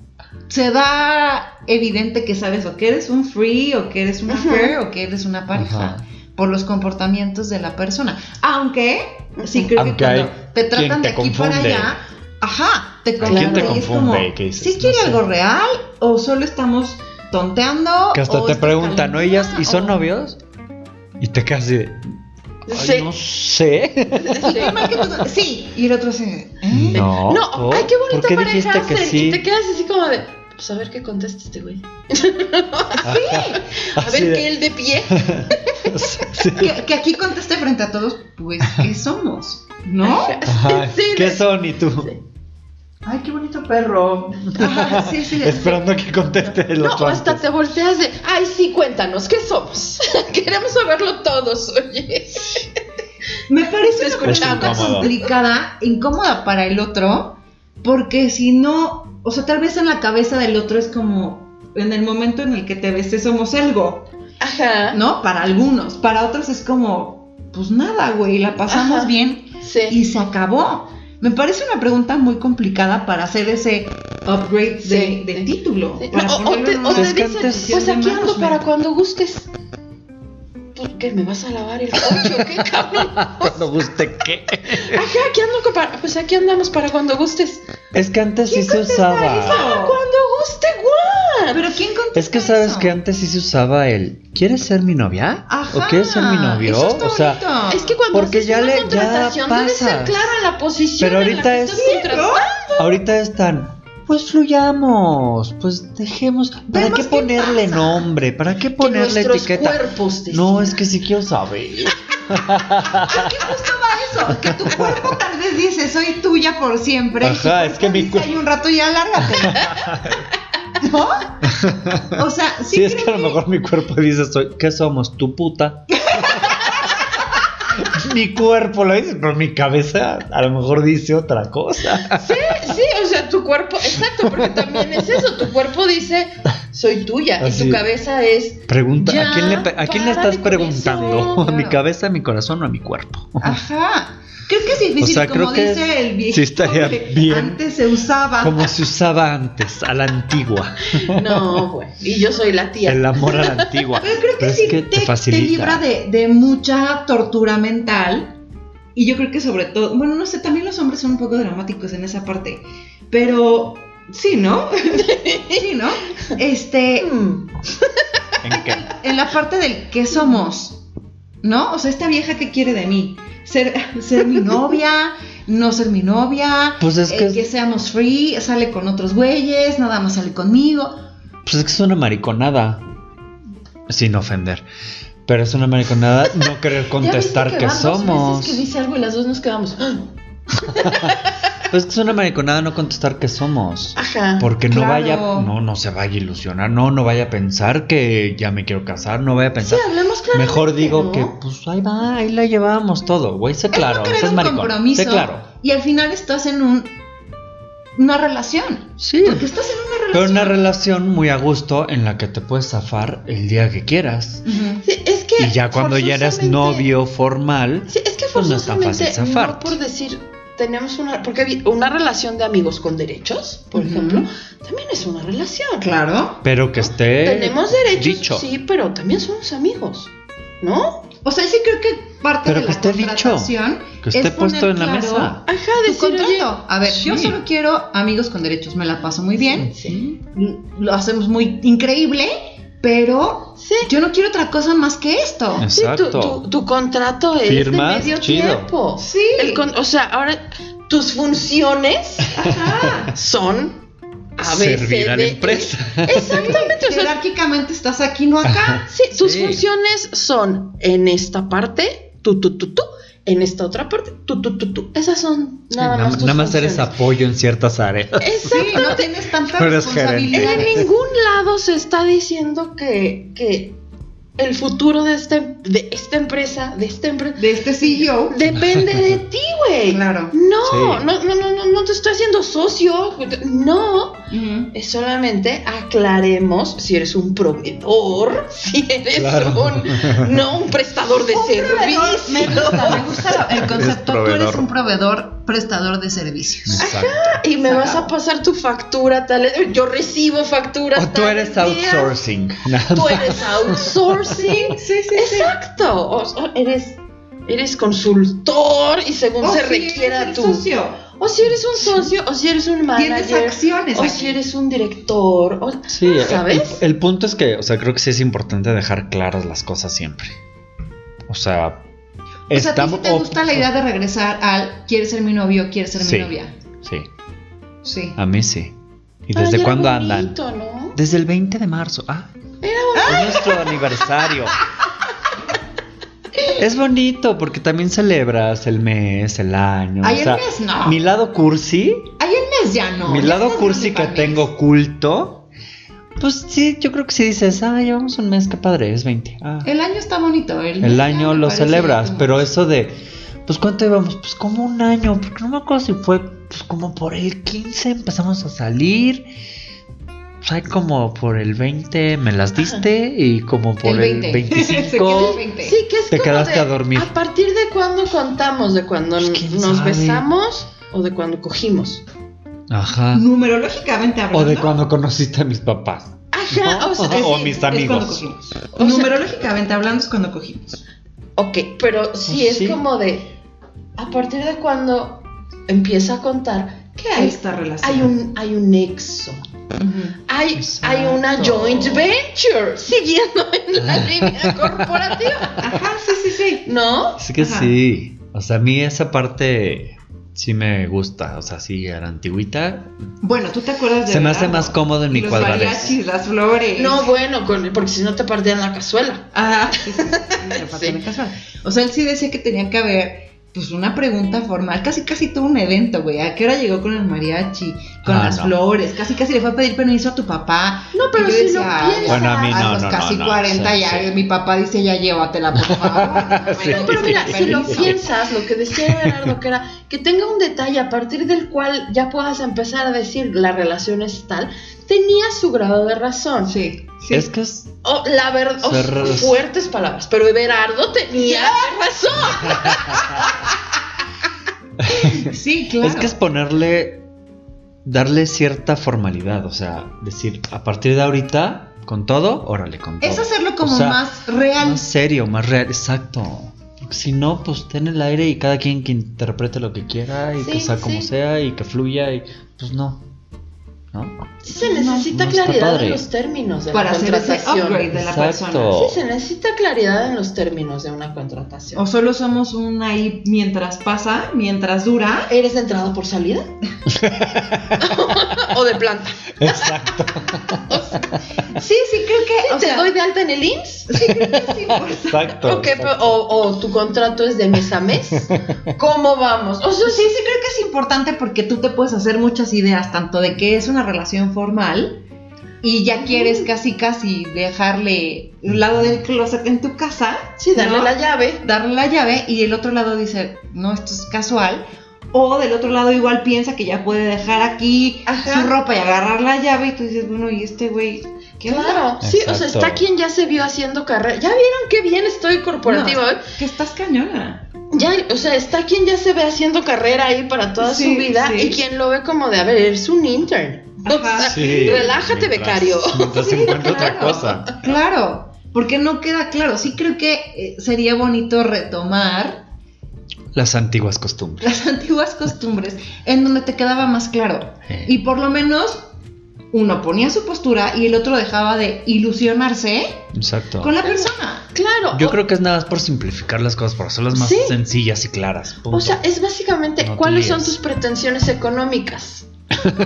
[SPEAKER 1] se da evidente que sabes o que eres un free o que eres una
[SPEAKER 3] Ajá.
[SPEAKER 1] fair o que eres una pareja.
[SPEAKER 2] Ajá.
[SPEAKER 1] por los comportamientos de la persona. Aunque, sí creo
[SPEAKER 2] Aunque
[SPEAKER 1] que cuando
[SPEAKER 2] hay
[SPEAKER 1] te
[SPEAKER 2] quien
[SPEAKER 1] tratan
[SPEAKER 2] te
[SPEAKER 1] de aquí para
[SPEAKER 2] confunde.
[SPEAKER 1] allá, ajá, te
[SPEAKER 2] ¿A quién
[SPEAKER 1] confunde.
[SPEAKER 2] te
[SPEAKER 1] y es
[SPEAKER 2] confunde?
[SPEAKER 1] como,
[SPEAKER 2] ¿Qué dices?
[SPEAKER 1] ¿Sí
[SPEAKER 2] No
[SPEAKER 1] quiere
[SPEAKER 2] sé.
[SPEAKER 1] algo real o solo estamos tonteando?
[SPEAKER 2] Que
[SPEAKER 3] Oh,
[SPEAKER 2] hasta
[SPEAKER 1] o
[SPEAKER 2] te
[SPEAKER 3] este
[SPEAKER 1] está
[SPEAKER 2] preguntan, ¿no? Ellas, ¿y son
[SPEAKER 1] calumnia, o-
[SPEAKER 2] novios? Y te quedas así de. "Ay,
[SPEAKER 3] Sí.
[SPEAKER 2] no sé.
[SPEAKER 1] Sí, qué mal que tú- sí, y el otro así, ¿eh?
[SPEAKER 2] No.
[SPEAKER 3] No, ay, qué bonita
[SPEAKER 2] ¿Por qué
[SPEAKER 3] pareja
[SPEAKER 2] dijiste que
[SPEAKER 3] hacen?
[SPEAKER 2] sí?
[SPEAKER 3] Y te quedas así como de, pues a ver qué contesta este güey. A
[SPEAKER 2] Así
[SPEAKER 3] ver
[SPEAKER 2] de-
[SPEAKER 3] qué él de pie.
[SPEAKER 2] Sí.
[SPEAKER 1] Que, que aquí conteste frente a todos, pues, ¿qué somos? ¿No?
[SPEAKER 2] Ajá,
[SPEAKER 3] Sí,
[SPEAKER 2] ¿Qué
[SPEAKER 3] de-
[SPEAKER 2] son? ¿Y tú?
[SPEAKER 1] Ay, qué bonito perro. Ajá, sí, sí, sí.
[SPEAKER 2] Esperando que conteste el
[SPEAKER 3] No,
[SPEAKER 2] otro
[SPEAKER 3] hasta
[SPEAKER 2] antes.
[SPEAKER 3] te volteas de, ay, sí, cuéntanos, ¿qué somos? Queremos saberlo todos, oye.
[SPEAKER 1] Me parece
[SPEAKER 3] Es
[SPEAKER 1] una pregunta
[SPEAKER 2] incómodo.
[SPEAKER 1] complicada, incómoda para el otro, porque si no, o sea, tal vez en la cabeza del otro es como en el momento en el que te besé somos algo,
[SPEAKER 3] Ajá.
[SPEAKER 1] ¿no? Para algunos, para otros es como, pues nada, güey, la pasamos
[SPEAKER 3] Ajá.
[SPEAKER 1] bien
[SPEAKER 3] Sí.
[SPEAKER 1] y se acabó. Me parece una pregunta muy complicada para hacer ese upgrade de,
[SPEAKER 3] Sí,
[SPEAKER 1] de
[SPEAKER 3] sí.
[SPEAKER 1] título.
[SPEAKER 3] Sí,
[SPEAKER 1] para
[SPEAKER 3] no, o- o
[SPEAKER 1] ponerlo
[SPEAKER 3] te-
[SPEAKER 1] en
[SPEAKER 3] o
[SPEAKER 1] una
[SPEAKER 3] te dicen,
[SPEAKER 1] posición
[SPEAKER 3] Pues
[SPEAKER 1] de
[SPEAKER 3] aquí ando
[SPEAKER 1] management.
[SPEAKER 3] para cuando gustes. ¿Por qué me vas a lavar el coche o qué, cabrón?
[SPEAKER 2] Cuando Ah, guste qué.
[SPEAKER 3] Ajá, aquí ando para, pues aquí andamos para cuando gustes.
[SPEAKER 2] Es que antes sí se usaba.
[SPEAKER 1] eso?
[SPEAKER 3] Cuando guste, guau.
[SPEAKER 1] Pero ¿quién contesta
[SPEAKER 2] Es que sabes
[SPEAKER 1] eso?
[SPEAKER 2] que antes sí se usaba el ¿Quieres ser mi novia?
[SPEAKER 1] Ajá,
[SPEAKER 2] ¿O quieres ser mi novio?
[SPEAKER 1] eso está
[SPEAKER 2] o sea,
[SPEAKER 1] bonito.
[SPEAKER 3] Es que cuando
[SPEAKER 2] Porque
[SPEAKER 3] haces
[SPEAKER 2] ya
[SPEAKER 3] una
[SPEAKER 2] le- ya
[SPEAKER 3] contratación debes ser
[SPEAKER 2] pasas.
[SPEAKER 3] clara en la posición
[SPEAKER 2] Pero
[SPEAKER 3] en la
[SPEAKER 2] ahorita
[SPEAKER 3] que
[SPEAKER 2] es-
[SPEAKER 3] estás contratando.
[SPEAKER 2] ahorita están. Pues fluyamos, pues dejemos. ¿Para
[SPEAKER 1] Vemos
[SPEAKER 2] qué
[SPEAKER 1] qué
[SPEAKER 2] ponerle
[SPEAKER 1] pasa.
[SPEAKER 2] nombre? ¿Para qué
[SPEAKER 3] Que
[SPEAKER 2] ponerle
[SPEAKER 3] nuestros
[SPEAKER 2] etiqueta?
[SPEAKER 3] cuerpos
[SPEAKER 2] No,
[SPEAKER 3] decidan.
[SPEAKER 2] es que sí quiero saber.
[SPEAKER 1] Es que justo va eso, que tu cuerpo tal vez dice, soy tuya por siempre. y tu
[SPEAKER 2] Ajá, es
[SPEAKER 1] cuerpo
[SPEAKER 2] que mi
[SPEAKER 1] dice,
[SPEAKER 2] cuer-
[SPEAKER 1] Hay un rato ya lárgate. ¿No? O sea, sí,
[SPEAKER 2] Sí, es
[SPEAKER 1] creo
[SPEAKER 2] que a lo mejor mi cuerpo dice, soy, ¿qué somos? ¿Tu puta? mi cuerpo lo dice, pero mi cabeza a lo mejor dice otra cosa.
[SPEAKER 3] Sí, sí, o sea, tu cuerpo, exacto, porque también es eso, tu cuerpo dice, soy tuya, y
[SPEAKER 2] Así.
[SPEAKER 3] tu cabeza es,
[SPEAKER 2] Pregunta,
[SPEAKER 3] Ya,
[SPEAKER 2] ¿a quién le, pe- a quién le
[SPEAKER 3] párale
[SPEAKER 2] estás
[SPEAKER 3] con
[SPEAKER 2] preguntando?
[SPEAKER 3] eso,
[SPEAKER 2] ¿A mi
[SPEAKER 1] claro.
[SPEAKER 2] cabeza, a mi corazón o a mi cuerpo?
[SPEAKER 1] Ajá. Creo que es difícil,
[SPEAKER 2] O sea,
[SPEAKER 1] como
[SPEAKER 2] creo que
[SPEAKER 1] dice
[SPEAKER 2] es-
[SPEAKER 1] el viejo.
[SPEAKER 2] sí estaría
[SPEAKER 1] que
[SPEAKER 2] bien.
[SPEAKER 1] Antes se usaba.
[SPEAKER 2] Como se usaba antes, a la antigua.
[SPEAKER 3] no, güey, y yo soy la tía.
[SPEAKER 2] El amor a la antigua.
[SPEAKER 1] Pero creo que
[SPEAKER 2] Pero
[SPEAKER 1] sí
[SPEAKER 2] es que
[SPEAKER 1] te,
[SPEAKER 2] te
[SPEAKER 1] te
[SPEAKER 2] facilita.
[SPEAKER 1] libra de, de mucha tortura mental. Y yo creo que sobre todo, bueno, no sé, también los hombres son un poco dramáticos en esa parte. Pero sí, ¿no? sí, ¿no? Este,
[SPEAKER 3] Mm,
[SPEAKER 2] ¿En qué?
[SPEAKER 1] en la parte del qué somos, ¿no? O sea, esta vieja que quiere de mí, ser, ser mi novia, no ser mi novia,
[SPEAKER 2] Pues es
[SPEAKER 1] eh,
[SPEAKER 2] que es-
[SPEAKER 1] seamos free, sale con otros güeyes, nada más sale conmigo.
[SPEAKER 2] Pues es que es una mariconada. Sin ofender. Pero es una mariconada no querer
[SPEAKER 3] ¿ya viste
[SPEAKER 2] contestar que,
[SPEAKER 3] van dos
[SPEAKER 2] somos.
[SPEAKER 3] veces que dice algo y las dos nos quedamos, "Ah,
[SPEAKER 2] Pues es que es una mariconada no contestar que somos.
[SPEAKER 3] ajá,
[SPEAKER 2] Porque no
[SPEAKER 1] Claro.
[SPEAKER 2] vaya, no, no se vaya a ilusionar, no, no vaya a pensar que ya me quiero casar, no vaya a
[SPEAKER 3] sí,
[SPEAKER 2] pensar.
[SPEAKER 3] hablemos claro.
[SPEAKER 2] Mejor digo que, pues ahí va, ahí la llevamos todo, güey, sé claro,
[SPEAKER 1] es no querer
[SPEAKER 2] seas
[SPEAKER 1] un
[SPEAKER 2] maricón,
[SPEAKER 1] compromiso
[SPEAKER 2] sé claro.
[SPEAKER 1] y al final estás en un una relación.
[SPEAKER 2] Sí,
[SPEAKER 1] Porque estás en una
[SPEAKER 2] pero
[SPEAKER 1] relación.
[SPEAKER 2] una relación muy a gusto en la que te puedes zafar el día que quieras.
[SPEAKER 1] Ujú.
[SPEAKER 3] Sí, es que
[SPEAKER 2] Y ya cuando ya eras
[SPEAKER 3] forzosamente-
[SPEAKER 2] novio formal,
[SPEAKER 3] Sí, es que
[SPEAKER 2] pues no es tan
[SPEAKER 3] forzosamente,
[SPEAKER 2] fácil
[SPEAKER 3] no
[SPEAKER 2] zafarte.
[SPEAKER 3] por decir, tenemos una, porque vi- una relación de amigos con derechos, por
[SPEAKER 1] Ujú.
[SPEAKER 3] ejemplo, también es una relación.
[SPEAKER 1] Claro.
[SPEAKER 2] pero que esté
[SPEAKER 3] Tenemos derechos,
[SPEAKER 2] dicho.
[SPEAKER 3] sí, pero también somos amigos, ¿no?
[SPEAKER 1] O sea, sí creo que parte de
[SPEAKER 2] Pero que
[SPEAKER 1] la
[SPEAKER 2] esté dicho,
[SPEAKER 1] contratación
[SPEAKER 2] que esté
[SPEAKER 1] es poner
[SPEAKER 2] puesto en la
[SPEAKER 1] claro
[SPEAKER 2] mesa.
[SPEAKER 3] Ajá,
[SPEAKER 1] tu
[SPEAKER 3] decir, oye,
[SPEAKER 1] contrato. A ver, yo
[SPEAKER 2] sí.
[SPEAKER 1] solo quiero amigos con derechos, me la paso muy bien,
[SPEAKER 3] Sí,
[SPEAKER 1] lo hacemos muy increíble, pero
[SPEAKER 3] sí.
[SPEAKER 1] yo no quiero otra cosa más que esto.
[SPEAKER 3] Sí, tu-
[SPEAKER 2] Exacto.
[SPEAKER 3] tu, tu contrato es
[SPEAKER 2] Firmas,
[SPEAKER 3] de medio
[SPEAKER 2] chido.
[SPEAKER 3] tiempo.
[SPEAKER 1] Sí.
[SPEAKER 3] El con- o sea, ahora tus funciones
[SPEAKER 1] Ajá.
[SPEAKER 3] son a
[SPEAKER 2] servir a la empresa.
[SPEAKER 3] E. Exactamente, o sea,
[SPEAKER 1] Jerárquicamente estás aquí, no acá.
[SPEAKER 3] Sí, sus
[SPEAKER 2] Sí.
[SPEAKER 3] funciones son en esta parte, tú, tú, tú, tú, en esta otra parte, tú, tú, tú, tú. Esas son nada
[SPEAKER 2] nada
[SPEAKER 3] más.
[SPEAKER 2] más,
[SPEAKER 3] tus
[SPEAKER 2] nada más eres
[SPEAKER 3] funciones.
[SPEAKER 2] apoyo en ciertas áreas.
[SPEAKER 1] Sí,
[SPEAKER 3] Exacto.
[SPEAKER 1] no tienes tanta
[SPEAKER 2] No eres
[SPEAKER 1] responsabilidad.
[SPEAKER 3] En ningún lado se está diciendo que, que el futuro de, este, de esta empresa, de esta empresa,
[SPEAKER 1] de este CEO.
[SPEAKER 3] depende de ti, güey.
[SPEAKER 1] Claro.
[SPEAKER 3] No,
[SPEAKER 2] Sí.
[SPEAKER 3] no, no, no, no, no te estoy haciendo socio. No. Es solamente aclaremos si eres un proveedor, si eres
[SPEAKER 2] Claro.
[SPEAKER 3] un no un prestador de
[SPEAKER 1] Un proveedor,
[SPEAKER 3] servicio.
[SPEAKER 1] Me gusta, me gusta el concepto. Tú eres
[SPEAKER 2] proveedor.
[SPEAKER 1] un proveedor prestador de servicios.
[SPEAKER 2] Exacto.
[SPEAKER 3] Y me vas a pasar tu factura tal, yo recibo factura
[SPEAKER 2] O tú
[SPEAKER 3] tal
[SPEAKER 2] eres
[SPEAKER 3] día,
[SPEAKER 2] outsourcing.
[SPEAKER 3] Tú eres outsourcing.
[SPEAKER 1] Sí, sí,
[SPEAKER 3] Exacto. O- o eres eres consultor y según se
[SPEAKER 1] Oh,
[SPEAKER 3] requiera tu o si eres un socio o si eres un
[SPEAKER 1] Tienes
[SPEAKER 3] manager
[SPEAKER 1] acciones.
[SPEAKER 3] o
[SPEAKER 1] aquí.
[SPEAKER 3] si Oh, eres un director. o-
[SPEAKER 2] Sí, el-
[SPEAKER 3] ¿Sabes?
[SPEAKER 2] El, punto es que, o sea, creo que sí es importante dejar claras las cosas siempre. O sea,
[SPEAKER 1] o sea, ¿a ti sí
[SPEAKER 2] estamos. oh,
[SPEAKER 1] te gusta la idea de regresar al quieres ser mi novio, quieres ser
[SPEAKER 2] Sí. Ah,
[SPEAKER 1] mi novia?
[SPEAKER 2] Sí,
[SPEAKER 1] Sí.
[SPEAKER 2] a mí sí. ¿Y
[SPEAKER 3] Ay,
[SPEAKER 2] desde
[SPEAKER 3] era
[SPEAKER 2] cuándo andan?
[SPEAKER 3] bonito, ¿no?
[SPEAKER 2] Desde el 20 de marzo. Ah, es nuestro aniversario. Es bonito porque también celebras el mes, el año.
[SPEAKER 1] Ahí
[SPEAKER 2] o
[SPEAKER 1] el
[SPEAKER 2] sea,
[SPEAKER 1] mes no.
[SPEAKER 2] Mi lado cursi,
[SPEAKER 1] Ahí el mes ya no.
[SPEAKER 2] mi
[SPEAKER 1] ya
[SPEAKER 2] lado
[SPEAKER 1] estás
[SPEAKER 2] cursi
[SPEAKER 1] muy
[SPEAKER 2] que
[SPEAKER 1] fan.
[SPEAKER 2] tengo culto. Pues sí, yo creo que si dices, ah, llevamos un mes, qué padre, es 20. Ah.
[SPEAKER 1] El año está bonito. El, mes
[SPEAKER 2] El
[SPEAKER 1] ya
[SPEAKER 2] año
[SPEAKER 1] me
[SPEAKER 2] lo
[SPEAKER 1] parece
[SPEAKER 2] celebras,
[SPEAKER 1] como-
[SPEAKER 2] pero eso de, pues cuánto íbamos, pues como un año, porque no me acuerdo si fue, pues como por el 15 empezamos a salir, o sea, como por el 20 me las diste y como por
[SPEAKER 1] El
[SPEAKER 2] el,
[SPEAKER 1] 20. Se quedó el
[SPEAKER 2] 25
[SPEAKER 1] 20.
[SPEAKER 3] Sí, que es
[SPEAKER 2] Te
[SPEAKER 3] como
[SPEAKER 2] quedaste
[SPEAKER 3] de,
[SPEAKER 2] a dormir.
[SPEAKER 3] ¿A partir de cuándo contamos? ¿De cuando
[SPEAKER 2] Pues,
[SPEAKER 3] n-
[SPEAKER 2] ¿quién
[SPEAKER 3] nos
[SPEAKER 2] sabe?
[SPEAKER 3] besamos o de cuando cogimos?
[SPEAKER 2] Ajá.
[SPEAKER 1] Numerológicamente hablando.
[SPEAKER 2] O de cuando conociste a mis papás.
[SPEAKER 3] Ajá,
[SPEAKER 2] ¿no?
[SPEAKER 3] o sea,
[SPEAKER 2] o
[SPEAKER 3] sí.
[SPEAKER 2] a mis
[SPEAKER 1] Es cuando
[SPEAKER 2] amigos.
[SPEAKER 1] cogimos.
[SPEAKER 3] sea-
[SPEAKER 1] Numerológicamente hablando es cuando cogimos.
[SPEAKER 3] Ok, pero sí
[SPEAKER 2] Pues
[SPEAKER 3] es
[SPEAKER 2] sí.
[SPEAKER 3] como de a partir de cuando empieza a contar que hay,
[SPEAKER 1] Esta relación.
[SPEAKER 3] hay un hay un nexo.
[SPEAKER 1] Ujú.
[SPEAKER 3] Hay, hay una
[SPEAKER 2] Exacto.
[SPEAKER 3] joint venture siguiendo en la línea corporativa,
[SPEAKER 1] Ajá, sí, sí, sí.
[SPEAKER 3] ¿no?
[SPEAKER 2] Así que
[SPEAKER 1] Ajá.
[SPEAKER 2] sí, o sea, a mí esa parte sí me gusta, o sea, sí, a la antigüita.
[SPEAKER 1] Bueno, tú te acuerdas de.
[SPEAKER 2] Se me
[SPEAKER 1] verano?
[SPEAKER 2] hace más cómodo en mi
[SPEAKER 1] Los
[SPEAKER 2] cuadradez.
[SPEAKER 1] mariachis, las flores.
[SPEAKER 3] No, bueno, con- porque si no te partían la cazuela.
[SPEAKER 1] Ah, sí, sí, sí, sí, aparte
[SPEAKER 3] Sí.
[SPEAKER 1] me casaba. O sea, él sí decía que tenía que haber pues una pregunta formal, casi casi todo un evento, güey. ¿A qué hora llegó con el mariachi? Con
[SPEAKER 2] Ah,
[SPEAKER 1] las
[SPEAKER 2] no.
[SPEAKER 1] flores, casi casi le fue a pedir permiso a tu papá.
[SPEAKER 3] No, pero
[SPEAKER 1] Y yo
[SPEAKER 3] si
[SPEAKER 1] decía,
[SPEAKER 3] lo piensas.
[SPEAKER 2] Bueno, a mí
[SPEAKER 1] a
[SPEAKER 2] no,
[SPEAKER 1] los
[SPEAKER 2] no,
[SPEAKER 1] casi
[SPEAKER 2] no, no,
[SPEAKER 1] 40
[SPEAKER 2] sí,
[SPEAKER 1] ya,
[SPEAKER 2] sí.
[SPEAKER 1] mi papá dice ya llévatela, por favor.
[SPEAKER 2] Sí.
[SPEAKER 1] Bueno,
[SPEAKER 3] Pero mira, si lo
[SPEAKER 1] permiso.
[SPEAKER 3] piensas, lo que decía Gerardo, que era que tenga un detalle a partir del cual ya puedas empezar a decir la relación es tal, tenía su grado de razón.
[SPEAKER 1] Sí, sí.
[SPEAKER 2] Es que es
[SPEAKER 3] O la verdad, o
[SPEAKER 2] Ser-
[SPEAKER 3] fuertes palabras, pero Everardo tenía razón.
[SPEAKER 1] Sí, claro.
[SPEAKER 2] Es que es ponerle, darle cierta formalidad, o sea, decir, a partir de ahorita, con todo, órale, con todo.
[SPEAKER 1] Es hacerlo como
[SPEAKER 2] O sea,
[SPEAKER 1] más real.
[SPEAKER 2] Más serio, más real, exacto. Porque si no, pues ten el aire y cada quien que interprete lo que quiera y
[SPEAKER 3] Sí,
[SPEAKER 2] que sea como
[SPEAKER 3] sí.
[SPEAKER 2] sea y que fluya y pues no. ¿No?
[SPEAKER 3] Sí se necesita
[SPEAKER 2] No, no está
[SPEAKER 3] claridad en
[SPEAKER 2] padre.
[SPEAKER 3] los términos de
[SPEAKER 1] para
[SPEAKER 3] la
[SPEAKER 1] hacer ese
[SPEAKER 3] contratación.
[SPEAKER 1] upgrade de la
[SPEAKER 2] Exacto.
[SPEAKER 1] persona.
[SPEAKER 3] Sí, se necesita claridad en los términos de una contratación.
[SPEAKER 1] O solo somos un ahí mientras pasa, mientras dura.
[SPEAKER 3] ¿Eres de entrada por salida? o de planta.
[SPEAKER 2] Exacto.
[SPEAKER 1] Sí, sí, creo que. o
[SPEAKER 3] ¿Te
[SPEAKER 1] sea,
[SPEAKER 3] doy de alta en el IMSS?
[SPEAKER 1] sí, creo que sí, pues.
[SPEAKER 2] Exacto.
[SPEAKER 3] Ok, pero- o, o tu contrato es de mes a mes. ¿Cómo vamos? O sea,
[SPEAKER 1] Sí,
[SPEAKER 3] sí,
[SPEAKER 1] sí, creo que es importante porque tú te puedes hacer muchas ideas, tanto de que es una relación formal y ya quieres casi, casi dejarle un lado del closet en tu casa.
[SPEAKER 3] sí, darle
[SPEAKER 1] ¿no?
[SPEAKER 3] la llave.
[SPEAKER 1] darle la llave y el otro lado dice, no, esto es casual. O del otro lado igual piensa que ya puede dejar aquí
[SPEAKER 3] Ajá.
[SPEAKER 1] su ropa y agarrar la llave y tú dices, bueno, ¿y este güey qué onda?
[SPEAKER 3] Claro, sí, o sea,
[SPEAKER 2] Exacto.
[SPEAKER 3] está quien ya se vio haciendo carrera. ¿Ya vieron qué bien estoy corporativa hoy?
[SPEAKER 1] Que estás cañona.
[SPEAKER 3] Ya, o sea, está quien ya se ve haciendo carrera ahí para toda
[SPEAKER 1] Sí,
[SPEAKER 3] su vida
[SPEAKER 1] sí.
[SPEAKER 3] y quien lo ve como de, a ver, eres un intern. O
[SPEAKER 1] Ajá.
[SPEAKER 3] sea, relájate, becario.
[SPEAKER 2] Mientras
[SPEAKER 1] Sí,
[SPEAKER 2] encuentro otra
[SPEAKER 1] claro.
[SPEAKER 2] cosa.
[SPEAKER 1] Claro, porque no queda claro. Sí creo que eh, sería bonito retomar
[SPEAKER 2] Las antiguas costumbres.
[SPEAKER 1] las antiguas costumbres en donde te quedaba más claro.
[SPEAKER 2] Eh.
[SPEAKER 1] Y por lo menos uno ponía su postura y el otro dejaba de ilusionarse
[SPEAKER 2] Exacto.
[SPEAKER 1] con la persona.
[SPEAKER 3] Claro.
[SPEAKER 2] Yo
[SPEAKER 3] o-
[SPEAKER 2] creo que es nada más por simplificar las cosas, por hacerlas más
[SPEAKER 3] Pues Sí.
[SPEAKER 2] sencillas y claras.
[SPEAKER 3] O
[SPEAKER 2] punto.
[SPEAKER 3] sea, es básicamente
[SPEAKER 2] No te
[SPEAKER 3] cuáles son
[SPEAKER 2] líes.
[SPEAKER 3] tus pretensiones económicas.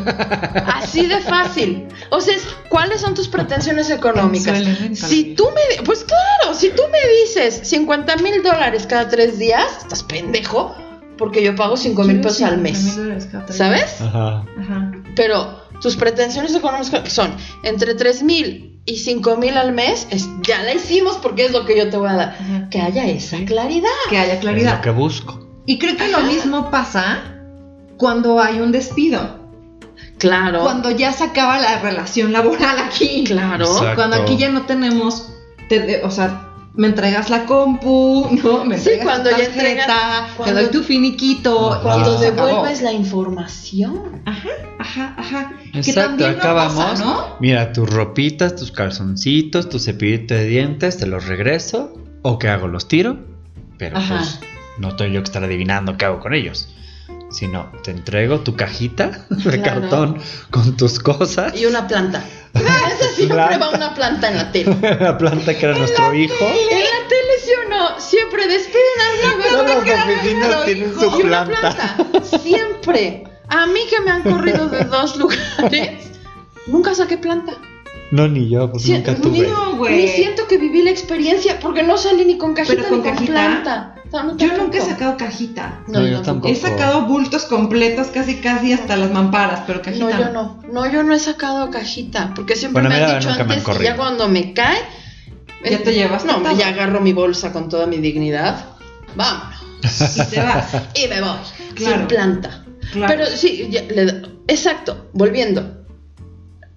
[SPEAKER 3] Así de fácil. O sea, es, ¿cuáles son tus pretensiones económicas?
[SPEAKER 1] Suele rentar
[SPEAKER 3] Si
[SPEAKER 1] bien.
[SPEAKER 3] tú me, di- pues claro, si tú me dices 50 mil dólares cada tres días, estás pendejo, porque yo pago 5 mil pesos al mes. ¿Sabes?
[SPEAKER 2] Ajá.
[SPEAKER 1] Ajá.
[SPEAKER 3] Pero tus pretensiones económicas son entre 3 mil y 5 mil al mes, es- ya la hicimos porque es lo que yo te voy a dar.
[SPEAKER 1] Ajá.
[SPEAKER 3] Que haya esa claridad.
[SPEAKER 1] Que haya
[SPEAKER 2] Es lo
[SPEAKER 1] claridad.
[SPEAKER 2] que busco.
[SPEAKER 1] Y creo que lo mismo pasa cuando hay un despido.
[SPEAKER 3] Claro.
[SPEAKER 1] Cuando ya se acaba la relación laboral aquí.
[SPEAKER 3] Claro.
[SPEAKER 2] Exacto.
[SPEAKER 1] Cuando aquí ya no tenemos, te de- o sea, me entregas la compu, ¿no? Me
[SPEAKER 3] Sí,
[SPEAKER 1] entregas tu
[SPEAKER 3] cuando ya
[SPEAKER 1] tarjeta,
[SPEAKER 3] entregas-
[SPEAKER 1] te
[SPEAKER 3] cuando-
[SPEAKER 1] doy tu finiquito.
[SPEAKER 2] Ajá.
[SPEAKER 1] y
[SPEAKER 3] Cuando
[SPEAKER 1] eso se acabó.
[SPEAKER 3] devuelves la información.
[SPEAKER 1] Ajá, ajá. que
[SPEAKER 2] Exacto,
[SPEAKER 1] también no
[SPEAKER 2] acá
[SPEAKER 1] pasa,
[SPEAKER 2] vamos.
[SPEAKER 1] ¿no?
[SPEAKER 2] Mira, tus ropitas, tus calzoncitos, tu cepillito de dientes, te los regreso. ¿O qué hago? ¿Los tiro? Pero
[SPEAKER 1] Ajá.
[SPEAKER 2] pues no estoy yo que estar adivinando qué hago con ellos. Sino, te entrego tu cajita de
[SPEAKER 3] Claro.
[SPEAKER 2] cartón con tus cosas.
[SPEAKER 3] Y una planta. Ah, Esa siempre
[SPEAKER 2] Planta.
[SPEAKER 3] va una planta en la tele.
[SPEAKER 2] la planta que era nuestro hijo.
[SPEAKER 3] En la tele, sí o no, siempre despiden a una
[SPEAKER 2] Todas
[SPEAKER 3] persona
[SPEAKER 2] las
[SPEAKER 3] que era
[SPEAKER 2] oficinas
[SPEAKER 3] nuestro
[SPEAKER 2] tienen
[SPEAKER 3] hijo.
[SPEAKER 2] su
[SPEAKER 3] Y una
[SPEAKER 2] planta.
[SPEAKER 3] planta. Siempre. A mí que me han corrido de dos lugares, nunca saqué planta.
[SPEAKER 2] No, ni yo, pues
[SPEAKER 3] Sí,
[SPEAKER 2] nunca
[SPEAKER 3] ni
[SPEAKER 2] tuve.
[SPEAKER 1] No,
[SPEAKER 3] Ni
[SPEAKER 1] güey.
[SPEAKER 3] siento que viví la experiencia, porque no salí ni con cajita
[SPEAKER 1] Pues Pero con
[SPEAKER 3] ni con
[SPEAKER 1] cajita.
[SPEAKER 3] planta. O sea, no
[SPEAKER 1] Yo nunca he
[SPEAKER 3] tampoco.
[SPEAKER 1] sacado cajita.
[SPEAKER 2] No, yo
[SPEAKER 1] He
[SPEAKER 2] tampoco.
[SPEAKER 1] sacado bultos completos, casi casi hasta las mamparas, pero cajita.
[SPEAKER 3] No, yo no. No, yo no he sacado cajita, porque siempre
[SPEAKER 2] Bueno,
[SPEAKER 3] me
[SPEAKER 2] a mí la
[SPEAKER 3] han
[SPEAKER 2] verdad
[SPEAKER 3] dicho
[SPEAKER 2] nunca me han
[SPEAKER 3] antes que
[SPEAKER 2] corrido.
[SPEAKER 3] ya cuando me cae...
[SPEAKER 1] Ya
[SPEAKER 3] eh,
[SPEAKER 1] te llevas
[SPEAKER 3] No, hombre,
[SPEAKER 1] todo.
[SPEAKER 3] ya agarro mi bolsa con toda mi dignidad. Vámonos.
[SPEAKER 1] Y te vas.
[SPEAKER 3] Y me voy.
[SPEAKER 1] Claro.
[SPEAKER 3] Sin planta.
[SPEAKER 1] Claro.
[SPEAKER 3] Pero sí, ya, le da- exacto, volviendo.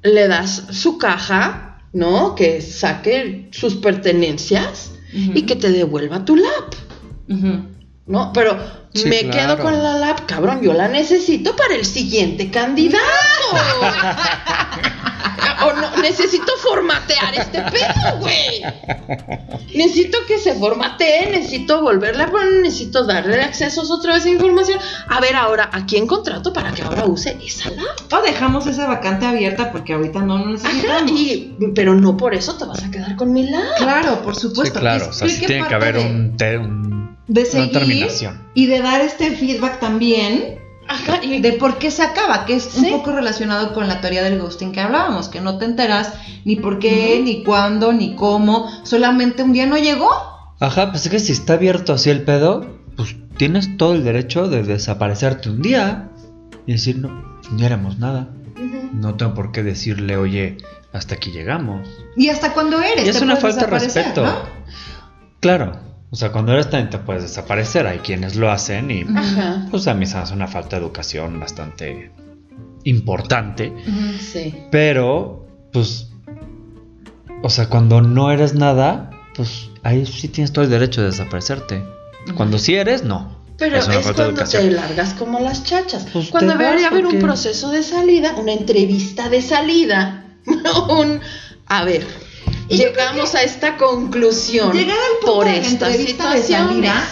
[SPEAKER 3] Le das su caja, ¿no? Que saque sus pertenencias
[SPEAKER 1] Ujú.
[SPEAKER 3] y que te devuelva tu lap,
[SPEAKER 1] Ujú.
[SPEAKER 3] ¿no? Pero
[SPEAKER 2] Sí,
[SPEAKER 3] me
[SPEAKER 2] claro.
[SPEAKER 3] quedo con la lap, cabrón, yo la necesito para el siguiente candidato. o no, necesito formatear este pedo, güey. Necesito que se formatee, necesito volverla a poner, necesito darle accesos otra vez a información. A ver ahora, ¿a quién contrato para que ahora use esa lap?
[SPEAKER 1] O dejamos esa vacante abierta porque ahorita no lo
[SPEAKER 3] Ajá,
[SPEAKER 1] necesitamos.
[SPEAKER 3] y- pero no por eso te vas a quedar con mi lap.
[SPEAKER 1] Claro, por
[SPEAKER 3] pues,
[SPEAKER 2] Sí,
[SPEAKER 1] supuesto.
[SPEAKER 2] claro, o
[SPEAKER 1] Es-
[SPEAKER 2] sea,
[SPEAKER 1] creo
[SPEAKER 2] sí tiene que
[SPEAKER 1] parte
[SPEAKER 2] haber
[SPEAKER 1] de-
[SPEAKER 2] un, te- un-
[SPEAKER 1] de
[SPEAKER 2] una
[SPEAKER 1] seguir
[SPEAKER 2] terminación.
[SPEAKER 1] y de dar este feedback también
[SPEAKER 3] Ajá, y
[SPEAKER 1] de por qué se acaba, que es
[SPEAKER 3] Sí.
[SPEAKER 1] un poco relacionado con la teoría del ghosting que hablábamos, que no te enteras ni por qué, ni cuándo, ni cómo, solamente un día no llegó.
[SPEAKER 2] Ajá, pues es que si está abierto así el pedo, pues tienes todo el derecho de desaparecerte un día y decir, no, no éramos nada.
[SPEAKER 3] Ujú.
[SPEAKER 2] No tengo por qué decirle, oye, hasta aquí llegamos.
[SPEAKER 1] Y hasta cuando eres.
[SPEAKER 2] Y es
[SPEAKER 1] te
[SPEAKER 2] una
[SPEAKER 1] puedes
[SPEAKER 2] falta de
[SPEAKER 1] desaparecer,
[SPEAKER 2] respeto.
[SPEAKER 1] ¿no?
[SPEAKER 2] Claro, o sea, cuando eres tan te puedes desaparecer. Hay quienes lo hacen y,
[SPEAKER 3] Ajá.
[SPEAKER 2] pues a mí se me hace una falta de educación bastante importante.
[SPEAKER 1] Ujú.
[SPEAKER 3] Sí.
[SPEAKER 2] Pero, pues, o sea, cuando no eres nada, pues ahí sí tienes todo el derecho de desaparecerte. Cuando sí eres, no.
[SPEAKER 3] Pero
[SPEAKER 2] Es
[SPEAKER 3] es,
[SPEAKER 2] una falta de
[SPEAKER 3] cuando te
[SPEAKER 2] educación.
[SPEAKER 3] largas como las chachas.
[SPEAKER 2] Pues
[SPEAKER 3] cuando
[SPEAKER 2] te vas,
[SPEAKER 3] debería haber un
[SPEAKER 2] porque-
[SPEAKER 3] proceso de salida, una entrevista de salida, un... A ver,
[SPEAKER 1] Y yo
[SPEAKER 3] llegamos a esta conclusión
[SPEAKER 1] Llegar al punto
[SPEAKER 3] por
[SPEAKER 1] de la
[SPEAKER 3] esta
[SPEAKER 1] entrevista de
[SPEAKER 3] situación.
[SPEAKER 1] salida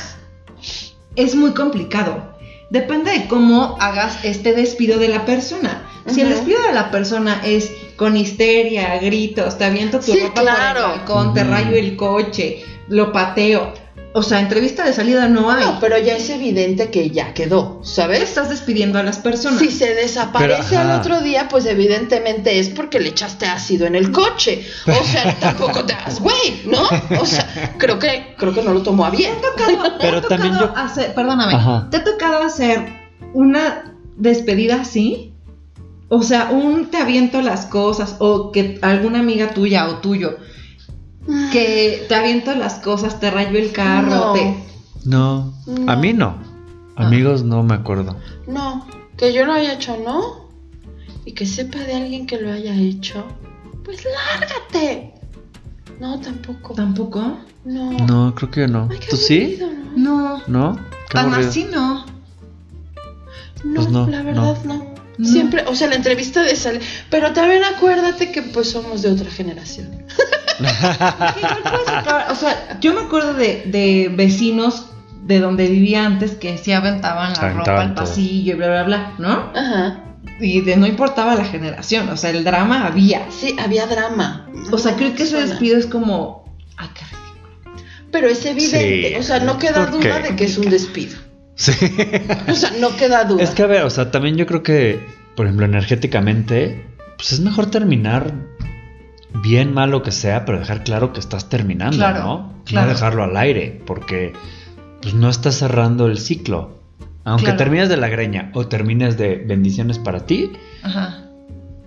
[SPEAKER 1] es muy complicado. Depende de cómo hagas este despido de la persona. Si el
[SPEAKER 3] Ujú.
[SPEAKER 1] despido de la persona es con histeria, gritos, te aviento tu
[SPEAKER 3] Sí,
[SPEAKER 1] ropa
[SPEAKER 3] claro.
[SPEAKER 1] por el balcón, te
[SPEAKER 2] Ujú.
[SPEAKER 1] rayo el coche, lo pateo. O sea, entrevista de salida no hay.
[SPEAKER 3] No, pero ya es evidente que ya quedó, ¿sabes?
[SPEAKER 1] Estás despidiendo a las personas.
[SPEAKER 3] Si se desaparece
[SPEAKER 2] Pero, ajá.
[SPEAKER 3] al otro día, pues evidentemente es porque le echaste ácido en el coche. O sea, tampoco te hagas güey, ¿no? O sea, creo que, creo que no lo tomó a bien.
[SPEAKER 1] Te ha tocado- te
[SPEAKER 2] Pero
[SPEAKER 1] ha tocado
[SPEAKER 2] también yo-
[SPEAKER 1] hacer- perdóname,
[SPEAKER 2] Ajá.
[SPEAKER 1] ¿te ha tocado hacer una despedida así? O sea, un te aviento las cosas o que alguna amiga tuya o tuyo que te aviento las cosas, te rayo el carro,
[SPEAKER 3] No.
[SPEAKER 1] te-
[SPEAKER 2] No,
[SPEAKER 3] No.
[SPEAKER 2] a mí no.
[SPEAKER 1] Ah.
[SPEAKER 2] Amigos, no me acuerdo.
[SPEAKER 3] No, que yo lo haya hecho, ¿no? Y que sepa de alguien que lo haya hecho. Pues lárgate. No, tampoco.
[SPEAKER 1] tampoco.
[SPEAKER 3] No.
[SPEAKER 2] No, creo que yo no.
[SPEAKER 3] Ay, qué
[SPEAKER 2] ¿Tú sí?
[SPEAKER 3] aburrido, ¿no?
[SPEAKER 1] No,
[SPEAKER 2] ¿No? Qué
[SPEAKER 1] tan
[SPEAKER 2] aburrido.
[SPEAKER 1] así no.
[SPEAKER 3] No,
[SPEAKER 2] Pues no,
[SPEAKER 3] la verdad no.
[SPEAKER 1] No.
[SPEAKER 3] Siempre, o sea, la entrevista de sale. Pero también acuérdate que pues somos de otra generación.
[SPEAKER 1] Porque igual puedes acabar- o sea, yo me acuerdo de, de vecinos de donde vivía antes que se aventaban la ropa
[SPEAKER 2] Aventaban
[SPEAKER 1] al
[SPEAKER 2] todo.
[SPEAKER 1] pasillo y bla bla bla, ¿no?
[SPEAKER 3] Ajá.
[SPEAKER 1] Y de no importaba la generación, o sea, el drama había.
[SPEAKER 3] Sí, había drama.
[SPEAKER 1] O sea, creo que ese
[SPEAKER 3] Suena.
[SPEAKER 1] despido es como. ah, Ay, qué rico.
[SPEAKER 3] Pero es evidente.
[SPEAKER 2] Sí.
[SPEAKER 3] o sea, no queda
[SPEAKER 2] ¿Por qué?
[SPEAKER 3] duda de que es un despido.
[SPEAKER 2] Sí.
[SPEAKER 3] O sea, no queda duda.
[SPEAKER 2] Es que a ver, o sea, también yo creo que, por ejemplo, energéticamente, pues es mejor terminar bien mal lo que sea, pero dejar claro que estás terminando,
[SPEAKER 1] Claro,
[SPEAKER 2] ¿no?
[SPEAKER 1] claro.
[SPEAKER 2] No dejarlo al aire, porque pues no estás cerrando el ciclo. Aunque
[SPEAKER 1] Claro.
[SPEAKER 2] termines de la greña o termines de bendiciones para ti,
[SPEAKER 1] Ajá.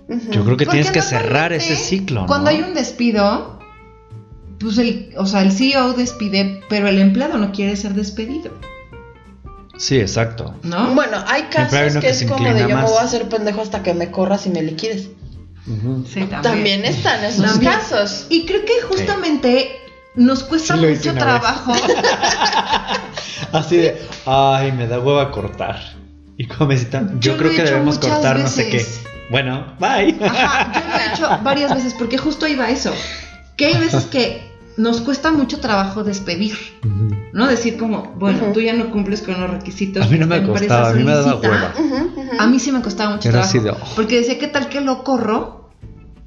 [SPEAKER 3] Ujú.
[SPEAKER 2] yo creo que
[SPEAKER 1] Porque
[SPEAKER 2] tienes que cerrar
[SPEAKER 1] normalmente,
[SPEAKER 2] ese ciclo, ¿no?
[SPEAKER 1] Cuando hay un despido, E pues el, o sea, el CEO despide, pero el empleado no quiere ser despedido.
[SPEAKER 2] Sí, exacto.
[SPEAKER 1] ¿no?
[SPEAKER 3] Bueno, hay
[SPEAKER 2] Siempre hay
[SPEAKER 3] casos
[SPEAKER 2] uno
[SPEAKER 3] que,
[SPEAKER 2] que
[SPEAKER 3] es
[SPEAKER 2] se
[SPEAKER 3] como de
[SPEAKER 2] inclina
[SPEAKER 3] yo me
[SPEAKER 2] más.
[SPEAKER 3] voy a hacer pendejo hasta que me corras y me liquides.
[SPEAKER 2] Ujú.
[SPEAKER 1] Sí, también.
[SPEAKER 3] También, están esos
[SPEAKER 1] También.
[SPEAKER 3] casos.
[SPEAKER 1] Y creo que justamente nos cuesta
[SPEAKER 2] Sí, lo hice
[SPEAKER 1] mucho
[SPEAKER 2] una vez.
[SPEAKER 1] trabajo.
[SPEAKER 2] Así de, ay, me da hueva cortar. Y comecita, yo,
[SPEAKER 1] Yo lo
[SPEAKER 2] creo
[SPEAKER 1] he
[SPEAKER 2] que
[SPEAKER 1] hecho
[SPEAKER 2] debemos
[SPEAKER 1] muchas
[SPEAKER 2] cortar no sé qué.
[SPEAKER 1] veces.
[SPEAKER 2] Bueno, bye.
[SPEAKER 1] Ajá, yo lo he hecho varias veces porque justo iba eso. Que hay veces que nos cuesta mucho trabajo despedir,
[SPEAKER 2] Ujú.
[SPEAKER 1] ¿no? Decir como, bueno,
[SPEAKER 3] Ujú.
[SPEAKER 1] tú ya no cumples con los requisitos.
[SPEAKER 2] A mí
[SPEAKER 1] que
[SPEAKER 2] no me
[SPEAKER 1] esta empresa
[SPEAKER 2] costaba, a mí me daba
[SPEAKER 1] solicita".
[SPEAKER 2] hueva.
[SPEAKER 3] Ujú, ujú.
[SPEAKER 1] A mí sí me costaba mucho
[SPEAKER 2] Era
[SPEAKER 1] trabajo.
[SPEAKER 2] así de, oh.
[SPEAKER 1] Porque decía, ¿qué tal que lo corro?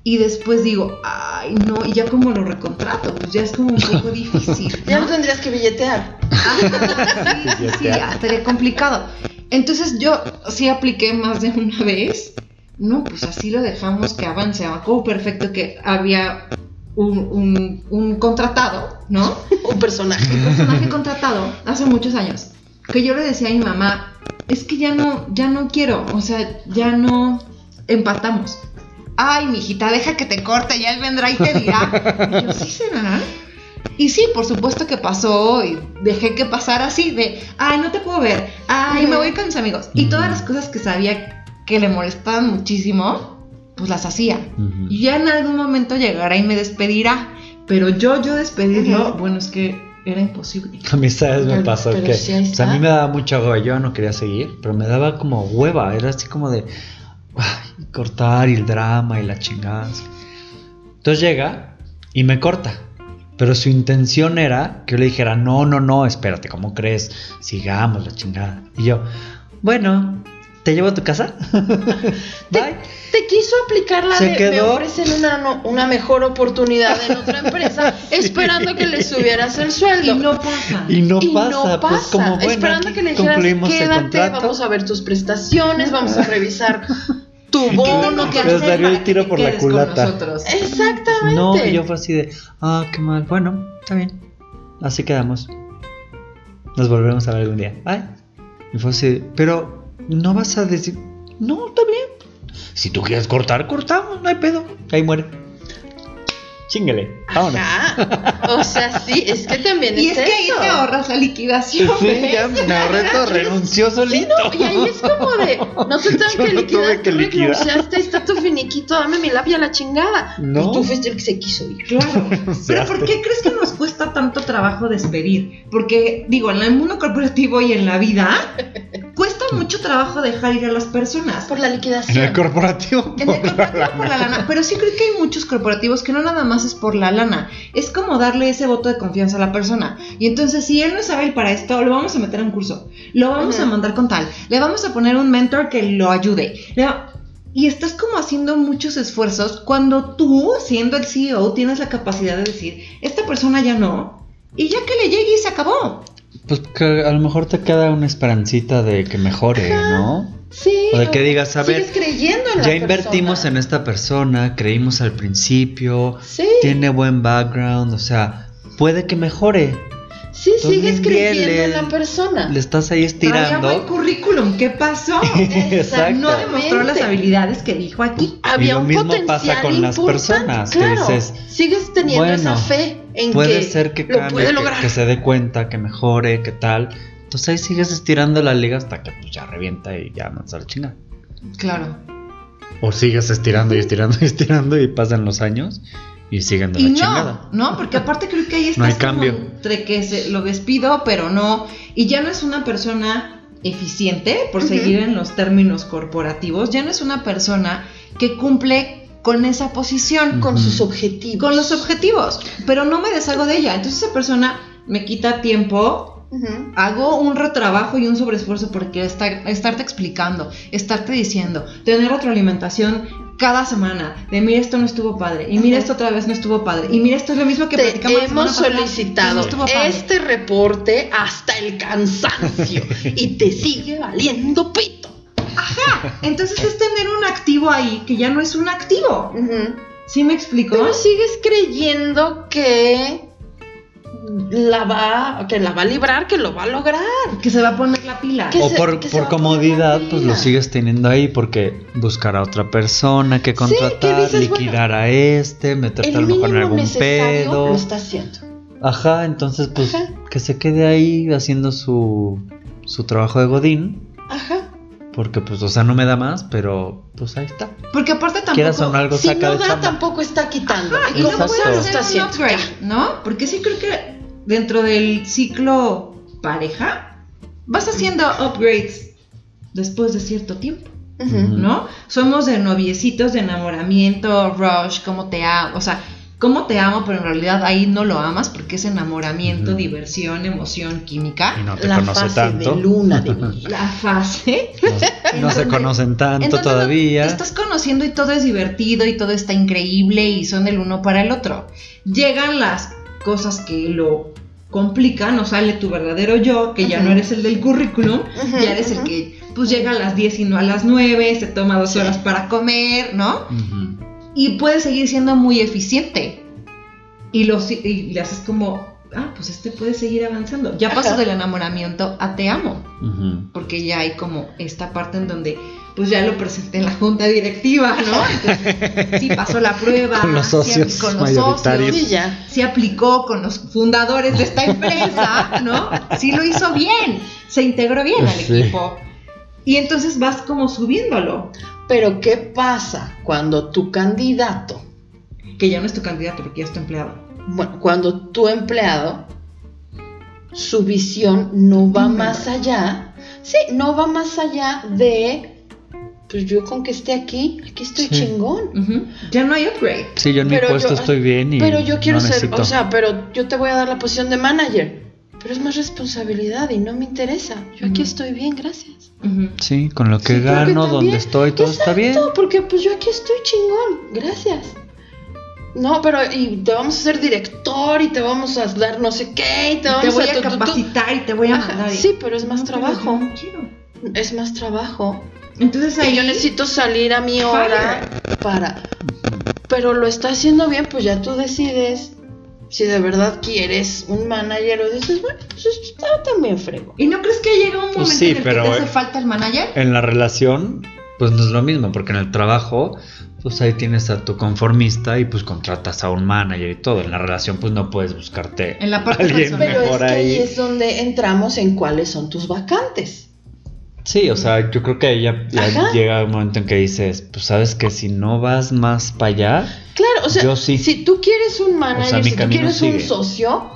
[SPEAKER 1] Y después digo, ay, no, y ya como lo recontrato, pues ya es como un poco difícil.
[SPEAKER 3] Ya
[SPEAKER 1] ¿no?
[SPEAKER 3] no tendrías que billetear.
[SPEAKER 1] Ajá, sí, sí, sí, ya estaría complicado. Entonces yo sí apliqué más de una vez. No, pues así lo dejamos que avance. Me acuerdo perfecto que había un, un- un contratado, ¿no?
[SPEAKER 3] Un personaje.
[SPEAKER 1] Un este personaje contratado hace muchos años. Que yo le decía a mi mamá, es que ya no, ya no quiero, o sea, ya no empatamos. Ay, mijita, deja que te corte, ya él vendrá y te dirá. Y yo, sí será. Y sí, por supuesto que pasó y dejé que pasara así de, ay, no te puedo ver, ay, me voy con mis amigos. Y todas las cosas que sabía que le molestaban muchísimo, pues las hacía.
[SPEAKER 2] Ujú.
[SPEAKER 1] Y ya en algún momento llegará y me despedirá. Pero yo, yo despedirlo,
[SPEAKER 3] Ujú.
[SPEAKER 1] bueno, es que era imposible.
[SPEAKER 2] A mí, ¿sabes? Me
[SPEAKER 3] Pero-
[SPEAKER 2] pasó
[SPEAKER 3] pero
[SPEAKER 2] que.
[SPEAKER 3] sí, ahí
[SPEAKER 2] o sea, a mí me
[SPEAKER 3] está.
[SPEAKER 2] daba mucha hueva. Yo no quería seguir, pero me daba como hueva. Era así como de. "Ay, cortar y el drama y la chingada. Entonces llega y me corta. Pero su intención era que yo le dijera: No, no, no, espérate, ¿cómo crees? Sigamos la chingada. Y yo, bueno, ¿te llevo a tu casa? Bye.
[SPEAKER 3] Te quiso aplicar la
[SPEAKER 2] Se
[SPEAKER 3] de me
[SPEAKER 2] quedó.
[SPEAKER 3] ofrecen una, no- una mejor oportunidad en otra empresa, esperando que le subieras el sueldo.
[SPEAKER 1] Y no pasa.
[SPEAKER 2] Y no,
[SPEAKER 3] Y no
[SPEAKER 2] pasa, pues
[SPEAKER 3] pasa.
[SPEAKER 2] como bueno,
[SPEAKER 3] esperando
[SPEAKER 2] aquí
[SPEAKER 3] que le dijeras,
[SPEAKER 2] concluimos el
[SPEAKER 3] quédate,
[SPEAKER 2] contrato. Ah.
[SPEAKER 3] vamos a ver tus prestaciones, vamos a revisar tu
[SPEAKER 1] no
[SPEAKER 3] bono
[SPEAKER 1] lo
[SPEAKER 3] que
[SPEAKER 2] Pues
[SPEAKER 3] haces
[SPEAKER 1] hacer
[SPEAKER 2] daría el
[SPEAKER 1] para
[SPEAKER 2] tiro
[SPEAKER 1] que
[SPEAKER 2] por
[SPEAKER 1] te
[SPEAKER 2] la
[SPEAKER 1] quedes con
[SPEAKER 2] culata.
[SPEAKER 1] nosotros?
[SPEAKER 3] Exactamente.
[SPEAKER 2] No, y yo fue así de, ah, qué mal. Bueno, está bien. Así quedamos. Nos volveremos a ver algún día. Ay. Y fue así, de, pero no vas a decir, no, está bien. Si tú quieres cortar, cortamos, no hay pedo. Ahí muere. Chingale, vámonos.
[SPEAKER 3] Ajá. O sea, sí, es que también
[SPEAKER 1] Y
[SPEAKER 3] es,
[SPEAKER 1] es que ahí
[SPEAKER 3] eso.
[SPEAKER 1] te ahorras la liquidación.
[SPEAKER 2] Sí,
[SPEAKER 1] ¿ves?
[SPEAKER 2] ya me ahorré todo, renunció solito.
[SPEAKER 3] Y ahí es como de, no te tengo
[SPEAKER 2] Yo
[SPEAKER 3] que
[SPEAKER 2] no
[SPEAKER 3] liquidar,
[SPEAKER 2] tuve que
[SPEAKER 3] tú
[SPEAKER 2] liquidar.
[SPEAKER 3] renunciaste, está tu finiquito, dame mi labia la chingada.
[SPEAKER 2] No.
[SPEAKER 3] Y tú fuiste el que se quiso ir.
[SPEAKER 1] Claro. Pero
[SPEAKER 2] hace.
[SPEAKER 1] ¿por qué crees que nos cuesta tanto trabajo despedir? Porque, digo, en el mundo corporativo y en la vida, cuesta mucho trabajo dejar ir a las personas.
[SPEAKER 3] Por la
[SPEAKER 2] En
[SPEAKER 3] liquidación.
[SPEAKER 2] el corporativo.
[SPEAKER 1] En el corporativo por la lana, pero sí creo que hay muchos corporativos que no nada más es por la lana, es como darle ese voto de confianza a la persona. Y entonces, si él no es hábil para esto, lo vamos a meter a un curso, lo vamos
[SPEAKER 3] Ajá.
[SPEAKER 1] a mandar con tal, le vamos a poner un mentor que lo ayude. le va- Y estás como haciendo muchos esfuerzos cuando tú, siendo el CEO, tienes la capacidad de decir, esta persona ya no, y ya que le llegue y se acabó.
[SPEAKER 2] Pues que a lo mejor te queda una esperancita de que mejore, ¿no?
[SPEAKER 3] Sí.
[SPEAKER 2] O de que digas, a ver,
[SPEAKER 3] Sigues creyendo en la
[SPEAKER 2] Ya invertimos
[SPEAKER 3] persona.
[SPEAKER 2] en esta persona, creímos al principio,
[SPEAKER 3] Sí,
[SPEAKER 2] tiene buen background, o sea, puede que mejore.
[SPEAKER 3] sí,
[SPEAKER 2] Tú
[SPEAKER 3] sigues
[SPEAKER 2] bien
[SPEAKER 3] creyendo
[SPEAKER 2] le-
[SPEAKER 3] en la persona.
[SPEAKER 2] Le estás ahí
[SPEAKER 1] Traía buen
[SPEAKER 2] estirando.
[SPEAKER 1] currículum, ¿qué pasó?
[SPEAKER 2] Exacto.
[SPEAKER 1] No demostró las
[SPEAKER 3] Exactamente.
[SPEAKER 1] habilidades que dijo aquí.
[SPEAKER 3] Había
[SPEAKER 2] Y lo
[SPEAKER 3] un
[SPEAKER 2] mismo
[SPEAKER 3] potencial
[SPEAKER 2] pasa con las
[SPEAKER 3] importante,
[SPEAKER 2] personas, que
[SPEAKER 3] claro.
[SPEAKER 2] dices,
[SPEAKER 3] Sigues teniendo
[SPEAKER 2] bueno,
[SPEAKER 3] esa fe en
[SPEAKER 2] Puede
[SPEAKER 3] que
[SPEAKER 2] ser que
[SPEAKER 3] lo
[SPEAKER 2] cambie,
[SPEAKER 3] puede
[SPEAKER 2] que-
[SPEAKER 3] lograr.
[SPEAKER 2] que, se dé cuenta, que mejore, que tal. Entonces ahí sigues estirando la liga hasta que pues, ya revienta y ya no la chinga.
[SPEAKER 1] Claro.
[SPEAKER 2] O sigues estirando y estirando y estirando y pasan los años y siguen de la
[SPEAKER 1] Y no,
[SPEAKER 2] chingada.
[SPEAKER 1] no, porque aparte creo que ahí está
[SPEAKER 2] No hay cambio.
[SPEAKER 1] entre que se lo despido, pero no, y ya no es una persona eficiente, por
[SPEAKER 3] Ujú.
[SPEAKER 1] seguir en los términos corporativos, ya no es una persona que cumple con esa posición,
[SPEAKER 3] Con
[SPEAKER 2] Ujú.
[SPEAKER 3] sus objetivos.
[SPEAKER 1] con los objetivos, pero no me deshago de ella, entonces esa persona me quita tiempo,
[SPEAKER 3] Ujú.
[SPEAKER 1] hago un retrabajo y un sobreesfuerzo porque estar, estarte explicando, estarte diciendo, tener retroalimentación cada semana de mira esto no estuvo padre y mira
[SPEAKER 3] Ajá.
[SPEAKER 1] esto otra vez no estuvo padre y mira esto es lo mismo que platicamos la
[SPEAKER 3] Te hemos
[SPEAKER 1] semana pasada,
[SPEAKER 3] solicitado
[SPEAKER 1] esto no estuvo padre".
[SPEAKER 3] este reporte hasta el cansancio y te sigue valiendo pito.
[SPEAKER 1] entonces es tener un activo ahí que ya no es un activo
[SPEAKER 3] Ujú.
[SPEAKER 1] ¿sí me explico?
[SPEAKER 3] Pero sigues creyendo que la va, que la va a librar, que lo va a lograr.
[SPEAKER 1] que se va a poner la pila
[SPEAKER 3] Que
[SPEAKER 2] o
[SPEAKER 3] se-
[SPEAKER 2] por,
[SPEAKER 3] que se
[SPEAKER 2] por
[SPEAKER 3] va a
[SPEAKER 2] comodidad,
[SPEAKER 3] poner
[SPEAKER 2] pues
[SPEAKER 3] la
[SPEAKER 2] lo
[SPEAKER 3] vida.
[SPEAKER 2] sigues teniendo ahí, porque buscar a otra persona que
[SPEAKER 3] que
[SPEAKER 2] contratar,
[SPEAKER 3] dices,
[SPEAKER 2] liquidar a este, meterte a lo mejor en algún
[SPEAKER 3] lo
[SPEAKER 2] pedo.
[SPEAKER 3] está haciendo.
[SPEAKER 2] Ajá, entonces pues
[SPEAKER 3] Ajá.
[SPEAKER 2] que se quede ahí haciendo su, su trabajo de Godín,
[SPEAKER 3] Ajá.
[SPEAKER 2] porque pues, o sea, no me da más, pero pues ahí está.
[SPEAKER 1] Porque aparte tampoco.
[SPEAKER 2] Quieras o no, algo
[SPEAKER 3] Si
[SPEAKER 2] saca
[SPEAKER 3] no
[SPEAKER 2] de
[SPEAKER 3] da,
[SPEAKER 2] chamba.
[SPEAKER 3] tampoco está quitando.
[SPEAKER 1] Ajá,
[SPEAKER 3] Y
[SPEAKER 1] y no
[SPEAKER 3] como
[SPEAKER 2] Exacto.
[SPEAKER 1] puedes
[SPEAKER 3] sea, lo
[SPEAKER 1] hacer
[SPEAKER 3] está
[SPEAKER 1] un
[SPEAKER 3] haciendo.
[SPEAKER 1] upgrade, ¿no? Porque sí creo que dentro del ciclo pareja vas haciendo upgrades después de cierto tiempo,
[SPEAKER 3] Ujú.
[SPEAKER 1] ¿no? Somos de noviecitos, de enamoramiento, rush, cómo te amo, o sea, cómo te amo, pero en realidad ahí no lo amas porque es enamoramiento,
[SPEAKER 2] Ujú.
[SPEAKER 1] diversión, emoción, química.
[SPEAKER 2] Y no te
[SPEAKER 3] La
[SPEAKER 2] conoce
[SPEAKER 3] fase
[SPEAKER 2] tanto.
[SPEAKER 3] de luna de mi vida.
[SPEAKER 1] La fase.
[SPEAKER 2] No, no
[SPEAKER 1] Entonces-
[SPEAKER 2] se conocen tanto
[SPEAKER 1] Entonces,
[SPEAKER 2] todavía.
[SPEAKER 1] Te estás conociendo y todo es divertido y todo está increíble y son el uno para el otro. Llegan las cosas que lo complican, o sale tu verdadero yo, que ya
[SPEAKER 3] Ujú.
[SPEAKER 1] no eres el del currículum,
[SPEAKER 3] Ujú,
[SPEAKER 1] ya eres
[SPEAKER 3] ujú.
[SPEAKER 1] el que pues llega a las 10 y no a las 9, se toma dos horas para comer, ¿no?
[SPEAKER 2] Ujú.
[SPEAKER 1] Y puedes seguir siendo muy eficiente. Y, lo, si- y le haces como, ah, pues este puede seguir avanzando. Ya pasó
[SPEAKER 3] Ajá.
[SPEAKER 1] del enamoramiento a te amo
[SPEAKER 2] Ujú.
[SPEAKER 1] porque ya hay como esta parte en donde pues ya lo presenté en la junta directiva, ¿no? Entonces, sí pasó la prueba,
[SPEAKER 2] Con los
[SPEAKER 1] sí,
[SPEAKER 2] socios
[SPEAKER 1] con los
[SPEAKER 2] mayoritarios.
[SPEAKER 3] Sí,
[SPEAKER 1] socios,
[SPEAKER 3] ya.
[SPEAKER 1] sí aplicó con los fundadores de esta empresa, ¿no? Sí lo hizo bien, se integró bien al
[SPEAKER 2] Sí.
[SPEAKER 1] equipo. Y entonces vas como subiéndolo,
[SPEAKER 3] Pero ¿qué pasa cuando tu candidato,
[SPEAKER 1] que ya no es tu candidato porque ya es tu empleado.
[SPEAKER 3] bueno, cuando tu empleado, su visión no va
[SPEAKER 1] Ujú.
[SPEAKER 3] más allá? Sí, no va más allá de, pues yo con que esté aquí, aquí estoy
[SPEAKER 2] Sí.
[SPEAKER 3] chingón.
[SPEAKER 1] Ujú. Ya no hay upgrade.
[SPEAKER 2] Sí, yo en mi
[SPEAKER 3] Pero
[SPEAKER 2] puesto
[SPEAKER 3] yo- ah,
[SPEAKER 2] estoy bien y.
[SPEAKER 3] Pero yo quiero
[SPEAKER 2] no
[SPEAKER 3] ser,
[SPEAKER 2] necesito.
[SPEAKER 3] o sea, pero yo te voy a dar la posición de manager. Pero es más responsabilidad y no me interesa. Yo aquí
[SPEAKER 1] Ujú.
[SPEAKER 3] estoy bien, gracias.
[SPEAKER 1] Ujú.
[SPEAKER 2] Sí, con lo que
[SPEAKER 3] Sí, creo que
[SPEAKER 2] gano,
[SPEAKER 3] también.
[SPEAKER 2] donde estoy, todo está bien.
[SPEAKER 3] No, porque pues yo aquí estoy chingón, gracias. No, pero y te vamos a hacer director y te vamos a dar no sé qué y te vamos
[SPEAKER 1] Te voy
[SPEAKER 3] tu-
[SPEAKER 1] a
[SPEAKER 3] tu- tu-
[SPEAKER 1] capacitar y te voy a
[SPEAKER 3] Ajá,
[SPEAKER 1] mandar. y-
[SPEAKER 3] Ah, Sí, pero es más
[SPEAKER 1] No, pero
[SPEAKER 3] trabajo.
[SPEAKER 1] yo no quiero.
[SPEAKER 3] Es más trabajo.
[SPEAKER 1] Entonces
[SPEAKER 3] Y
[SPEAKER 1] ahí
[SPEAKER 3] yo necesito salir a mi hora para. Pero lo está haciendo bien, pues ya tú decides si de verdad quieres un manager o dices, bueno, pues esto está también frego.
[SPEAKER 1] ¿Y no crees que llega un momento
[SPEAKER 2] Pues sí,
[SPEAKER 1] en el
[SPEAKER 2] pero,
[SPEAKER 1] que te hace
[SPEAKER 2] eh,
[SPEAKER 1] falta el manager?
[SPEAKER 2] En la relación, pues no es lo mismo, porque en el trabajo, pues ahí tienes a tu conformista y pues contratas a un manager y todo. En la relación, pues no puedes buscarte
[SPEAKER 1] En la parte
[SPEAKER 2] alguien
[SPEAKER 1] personal.
[SPEAKER 3] Pero es
[SPEAKER 2] mejor
[SPEAKER 3] que ahí
[SPEAKER 2] ahí.
[SPEAKER 3] es donde entramos en cuáles son tus vacantes.
[SPEAKER 2] Sí, o sea, yo creo que ahí ya, ya
[SPEAKER 3] Ajá.
[SPEAKER 2] llega un momento en que dices, pues sabes que si no vas más para allá,
[SPEAKER 3] Claro, o sea,
[SPEAKER 2] Yo sí.
[SPEAKER 3] si tú quieres un manager,
[SPEAKER 2] O sea, mi
[SPEAKER 3] si tú
[SPEAKER 2] camino
[SPEAKER 3] quieres un
[SPEAKER 2] sigue.
[SPEAKER 3] socio,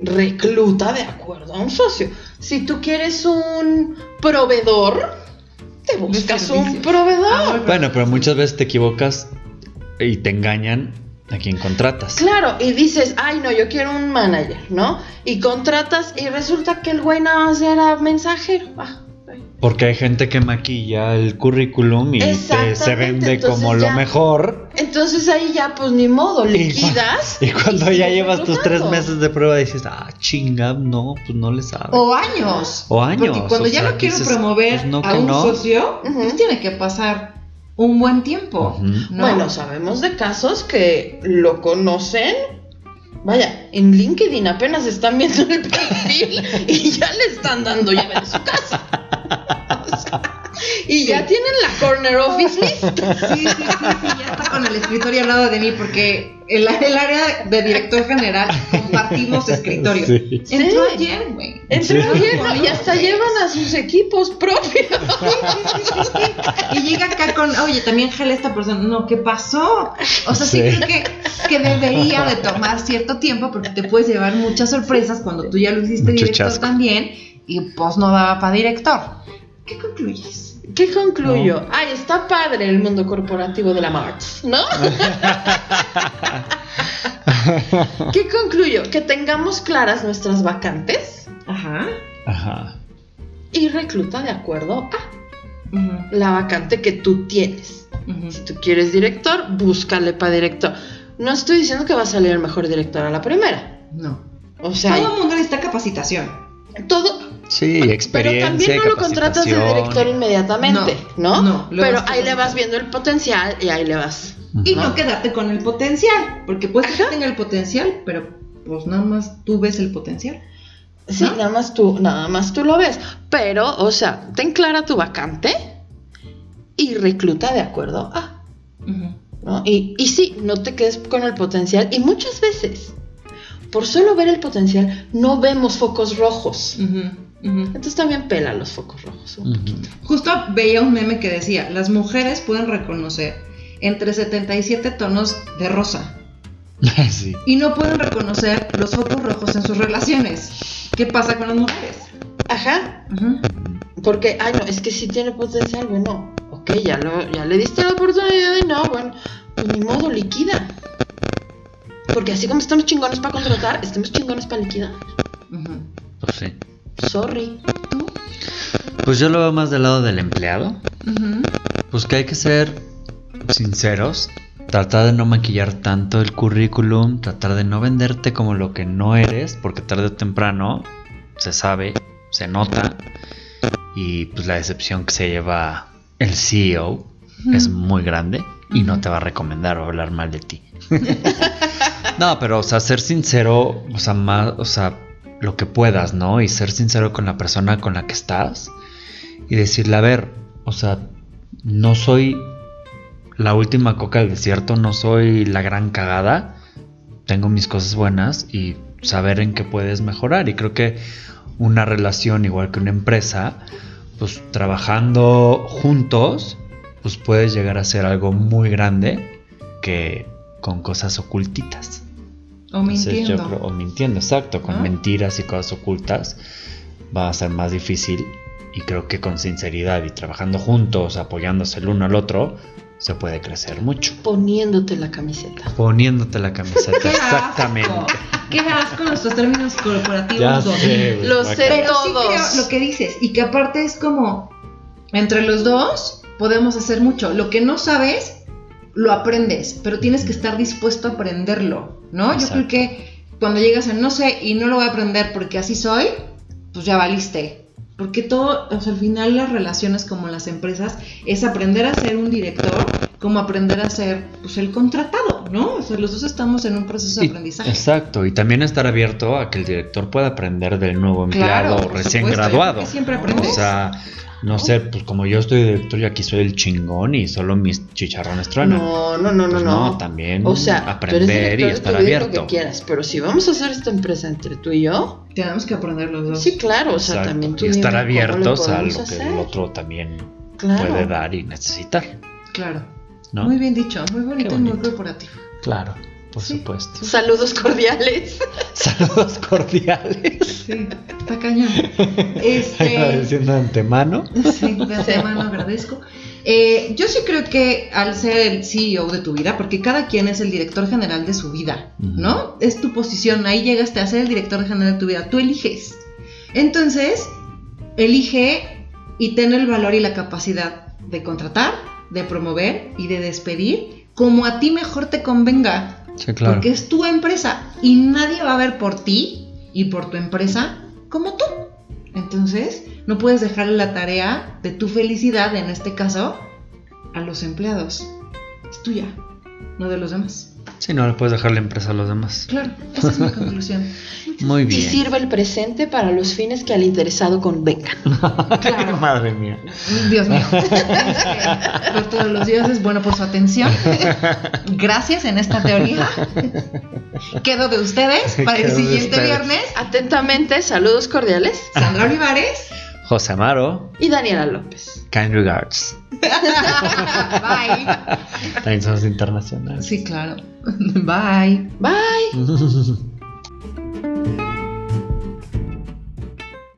[SPEAKER 3] recluta de acuerdo a un socio. Si tú quieres un proveedor, te buscas un
[SPEAKER 1] servicios.
[SPEAKER 3] proveedor.
[SPEAKER 2] bueno, pero muchas veces te equivocas y te engañan a quien contratas.
[SPEAKER 3] Claro, y dices, ay no, yo quiero un manager, ¿no? Y contratas y resulta que el güey nada más era mensajero. Ah, ay.
[SPEAKER 2] Porque hay gente que maquilla el currículum y te- se
[SPEAKER 3] Exactamente,
[SPEAKER 2] vende
[SPEAKER 3] entonces
[SPEAKER 2] como
[SPEAKER 3] ya-
[SPEAKER 2] lo mejor.
[SPEAKER 3] Entonces ahí ya, pues ni modo,
[SPEAKER 2] Y cua-
[SPEAKER 3] liquidas.
[SPEAKER 2] Y cuando
[SPEAKER 3] y
[SPEAKER 2] ya
[SPEAKER 3] sigues
[SPEAKER 2] llevas tus tres
[SPEAKER 3] reclutando.
[SPEAKER 2] meses de prueba dices, ah, chinga, no, pues no le sabes.
[SPEAKER 1] O años.
[SPEAKER 2] O años,
[SPEAKER 1] Porque cuando
[SPEAKER 2] o
[SPEAKER 1] ya
[SPEAKER 2] sea,
[SPEAKER 1] lo quiero
[SPEAKER 2] dices,
[SPEAKER 1] promover
[SPEAKER 2] pues, no,
[SPEAKER 1] a
[SPEAKER 2] que
[SPEAKER 1] un
[SPEAKER 2] no.
[SPEAKER 1] socio,
[SPEAKER 3] Ujú.
[SPEAKER 1] pues tiene que pasar un buen tiempo.
[SPEAKER 2] Ujú.
[SPEAKER 1] ¿no?
[SPEAKER 3] Bueno, sabemos de casos que lo conocen. Vaya, en LinkedIn apenas están viendo el perfil y ya le están dando llave de su casa. O sea, y ya tienen la corner office lista.
[SPEAKER 1] Sí, sí, sí, sí, ya está con el escritorio al lado de mí porque el, el área de director general compartimos escritorio.
[SPEAKER 2] Sí.
[SPEAKER 1] Entró
[SPEAKER 3] Sí.
[SPEAKER 1] ayer, güey.
[SPEAKER 3] Entre
[SPEAKER 2] Sí.
[SPEAKER 3] gobierno y hasta llevan a sus equipos propios.
[SPEAKER 1] Y llega acá con, oye, también jale esta persona. No, ¿qué pasó? O sea, sí,
[SPEAKER 2] Sí.
[SPEAKER 1] creo que, que debería de tomar cierto tiempo porque te puedes llevar muchas sorpresas cuando tú ya lo hiciste
[SPEAKER 2] Mucho
[SPEAKER 1] director
[SPEAKER 2] chasco.
[SPEAKER 1] también y pues no daba para director. ¿Qué concluyes?
[SPEAKER 3] ¿Qué concluyo? Ay, está padre el mundo corporativo de la Marx, ¿no? ¿Qué concluyo? Que tengamos claras nuestras vacantes
[SPEAKER 1] Ajá.
[SPEAKER 2] Ajá.
[SPEAKER 3] y recluta de acuerdo a
[SPEAKER 1] Ujú,
[SPEAKER 3] la vacante que tú tienes. Si
[SPEAKER 1] ujú.
[SPEAKER 3] tú quieres director, búscale para director. No estoy diciendo que va a salir el mejor director a la primera.
[SPEAKER 1] No.
[SPEAKER 3] O sea,
[SPEAKER 1] Todo el mundo necesita capacitación.
[SPEAKER 3] todo.
[SPEAKER 2] Sí,
[SPEAKER 3] Pero
[SPEAKER 2] experiencia.
[SPEAKER 3] también no lo contratas de
[SPEAKER 2] capacitación.
[SPEAKER 3] director inmediatamente,
[SPEAKER 1] No,
[SPEAKER 3] ¿no?
[SPEAKER 1] no, lo
[SPEAKER 3] pero
[SPEAKER 1] vas
[SPEAKER 3] ahí le vas
[SPEAKER 1] capacitando.
[SPEAKER 3] viendo el potencial y ahí le vas.
[SPEAKER 1] Y
[SPEAKER 2] Ujú.
[SPEAKER 1] no quedarte con el potencial, porque puede que
[SPEAKER 3] Ajá.
[SPEAKER 1] tenga el potencial, pero pues nada más tú ves el potencial.
[SPEAKER 3] Sí,
[SPEAKER 1] ¿No?
[SPEAKER 3] nada más tú, nada más tú lo ves. Pero, o sea, ten clara tu vacante y recluta de acuerdo a,
[SPEAKER 1] Ujú.
[SPEAKER 3] ¿no? Y, y sí, no te quedes con el potencial. Y muchas veces, por solo ver el potencial, no vemos focos rojos.
[SPEAKER 1] Ujú. Ujú.
[SPEAKER 3] Entonces también pela los focos rojos. un poquito.
[SPEAKER 2] Ujú.
[SPEAKER 1] Justo veía un meme que decía, las mujeres pueden reconocer entre 77 tonos de rosa
[SPEAKER 2] sí.
[SPEAKER 1] y no pueden reconocer los focos rojos en sus relaciones. ¿Qué pasa con las mujeres?
[SPEAKER 3] Ajá,
[SPEAKER 1] Ujú.
[SPEAKER 3] porque, ay, no, es que sí tiene potencial, bueno, ok, ya, lo, ya le diste la oportunidad y no, bueno, pues ni modo, liquida. Porque así como estamos chingones para contratar, estamos chingones para liquidar.
[SPEAKER 1] Ujú.
[SPEAKER 2] Pues sí.
[SPEAKER 3] Sorry.
[SPEAKER 1] ¿Tú?
[SPEAKER 2] Pues yo lo veo más del lado del empleado.
[SPEAKER 1] Ujú.
[SPEAKER 2] Pues que hay que ser sinceros. Tratar de no maquillar tanto el currículum. Tratar de no venderte como lo que no eres. Porque tarde o temprano se sabe, se nota. Y pues la decepción que se lleva el CEO es muy grande y no te va a recomendar o hablar mal de ti. no, pero, o sea, ser sincero, o sea, más, o sea, lo que puedas, ¿no? Y ser sincero con la persona con la que estás y decirle, a ver, o sea, no soy la última coca del desierto, no soy la gran cagada, tengo mis cosas buenas y saber en qué puedes mejorar. Y creo que una relación, igual que una empresa, pues trabajando juntos, pues puedes llegar a ser algo muy grande que con cosas ocultitas.
[SPEAKER 1] O
[SPEAKER 2] Entonces, yo
[SPEAKER 1] mintiendo.
[SPEAKER 2] creo- o mintiendo, exacto, con
[SPEAKER 1] Ah.
[SPEAKER 2] mentiras y cosas ocultas va a ser más difícil y creo que con sinceridad y trabajando juntos, apoyándose el uno al otro, se puede crecer mucho.
[SPEAKER 3] Poniéndote la camiseta.
[SPEAKER 2] Poniéndote la camiseta,
[SPEAKER 1] asco!
[SPEAKER 2] exactamente.
[SPEAKER 1] Qué asco nuestros términos corporativos.
[SPEAKER 2] Ya
[SPEAKER 1] don.
[SPEAKER 2] sé, güey,
[SPEAKER 3] Lo
[SPEAKER 2] guácala.
[SPEAKER 3] sé.
[SPEAKER 1] Pero sí
[SPEAKER 3] Todos.
[SPEAKER 1] creo lo que dices. Y que aparte es como, entre los dos podemos hacer mucho. Lo que no sabes, lo aprendes, pero tienes que estar dispuesto a aprenderlo, ¿no? Yo creo
[SPEAKER 2] Exacto.
[SPEAKER 1] que cuando llegas a no sé y no lo voy a aprender porque así soy, pues ya valiste. Porque todo, o sea, al final las relaciones como las empresas es aprender a ser un director, como aprender a ser pues el contratado, ¿no? O sea, los dos estamos en un proceso de
[SPEAKER 2] Y-
[SPEAKER 1] aprendizaje.
[SPEAKER 2] Exacto, y también estar abierto a que el director pueda aprender del nuevo
[SPEAKER 1] Claro,
[SPEAKER 2] empleado
[SPEAKER 1] por
[SPEAKER 2] recién
[SPEAKER 1] supuesto, yo creo
[SPEAKER 2] graduado.
[SPEAKER 1] que siempre
[SPEAKER 2] O
[SPEAKER 1] aprendes.
[SPEAKER 2] sea, no sé, pues como yo estoy director y aquí soy el chingón y solo mis chicharrones truenan.
[SPEAKER 3] No, no, no, no,
[SPEAKER 2] Pues
[SPEAKER 3] no.
[SPEAKER 2] no, también
[SPEAKER 3] o sea, tú eres
[SPEAKER 2] aprender y
[SPEAKER 3] director de
[SPEAKER 2] estar
[SPEAKER 3] tu vida y lo
[SPEAKER 2] abierto.
[SPEAKER 3] que quieras, pero si vamos a hacer esta empresa entre tú y yo,
[SPEAKER 1] Tenemos que aprender los dos.
[SPEAKER 3] sí, claro, o sea,
[SPEAKER 2] Exacto,
[SPEAKER 3] también tú
[SPEAKER 2] y estar
[SPEAKER 3] dime cómo le
[SPEAKER 2] abiertos a
[SPEAKER 3] podemos
[SPEAKER 2] lo que
[SPEAKER 3] hacer.
[SPEAKER 2] el otro también
[SPEAKER 3] Claro.
[SPEAKER 2] puede dar y necesitar,
[SPEAKER 1] Claro.
[SPEAKER 2] ¿no?
[SPEAKER 1] Muy bien dicho, muy bonito,
[SPEAKER 2] Qué
[SPEAKER 1] y muy
[SPEAKER 2] bonito.
[SPEAKER 1] corporativo.
[SPEAKER 2] Claro, por
[SPEAKER 1] Sí.
[SPEAKER 2] supuesto.
[SPEAKER 3] Saludos cordiales.
[SPEAKER 2] Saludos cordiales.
[SPEAKER 1] Sí, está cañón. Este,
[SPEAKER 2] Agradeciendo de antemano.
[SPEAKER 1] sí, de antemano agradezco. Eh, yo sí creo que al ser el CEO de tu vida, porque cada quien es el director general de su vida, ¿no? Es tu posición, ahí llegaste a ser el director general de tu vida, tú eliges. Entonces, elige y ten el valor y la capacidad de contratar, de promover y de despedir como a ti mejor te convenga.
[SPEAKER 2] Sí, claro.
[SPEAKER 1] Porque es tu empresa y nadie va a ver por ti y por tu empresa como tú. Entonces, no puedes dejarle la tarea de tu felicidad, en este caso, a los empleados. Es tuya, no de los demás.
[SPEAKER 2] Si no, le puedes dejar la empresa a los demás.
[SPEAKER 1] Claro, esa es mi conclusión.
[SPEAKER 2] Muy
[SPEAKER 3] Y
[SPEAKER 2] bien.
[SPEAKER 3] sirve el presente para los fines que al interesado convengan.
[SPEAKER 1] Claro.
[SPEAKER 2] Madre mía.
[SPEAKER 1] Dios mío. Por todos los dioses, bueno, por su atención. Gracias en esta teoría. Quedo de ustedes para el
[SPEAKER 2] Quedo de
[SPEAKER 1] siguiente
[SPEAKER 2] ustedes.
[SPEAKER 1] viernes.
[SPEAKER 3] Atentamente, saludos cordiales.
[SPEAKER 1] Sandra Olivares.
[SPEAKER 2] José Amaro,
[SPEAKER 3] Y Daniela López.
[SPEAKER 2] kind regards.
[SPEAKER 1] Bye.
[SPEAKER 2] También somos internacionales.
[SPEAKER 1] Sí, claro. Bye.
[SPEAKER 3] Bye.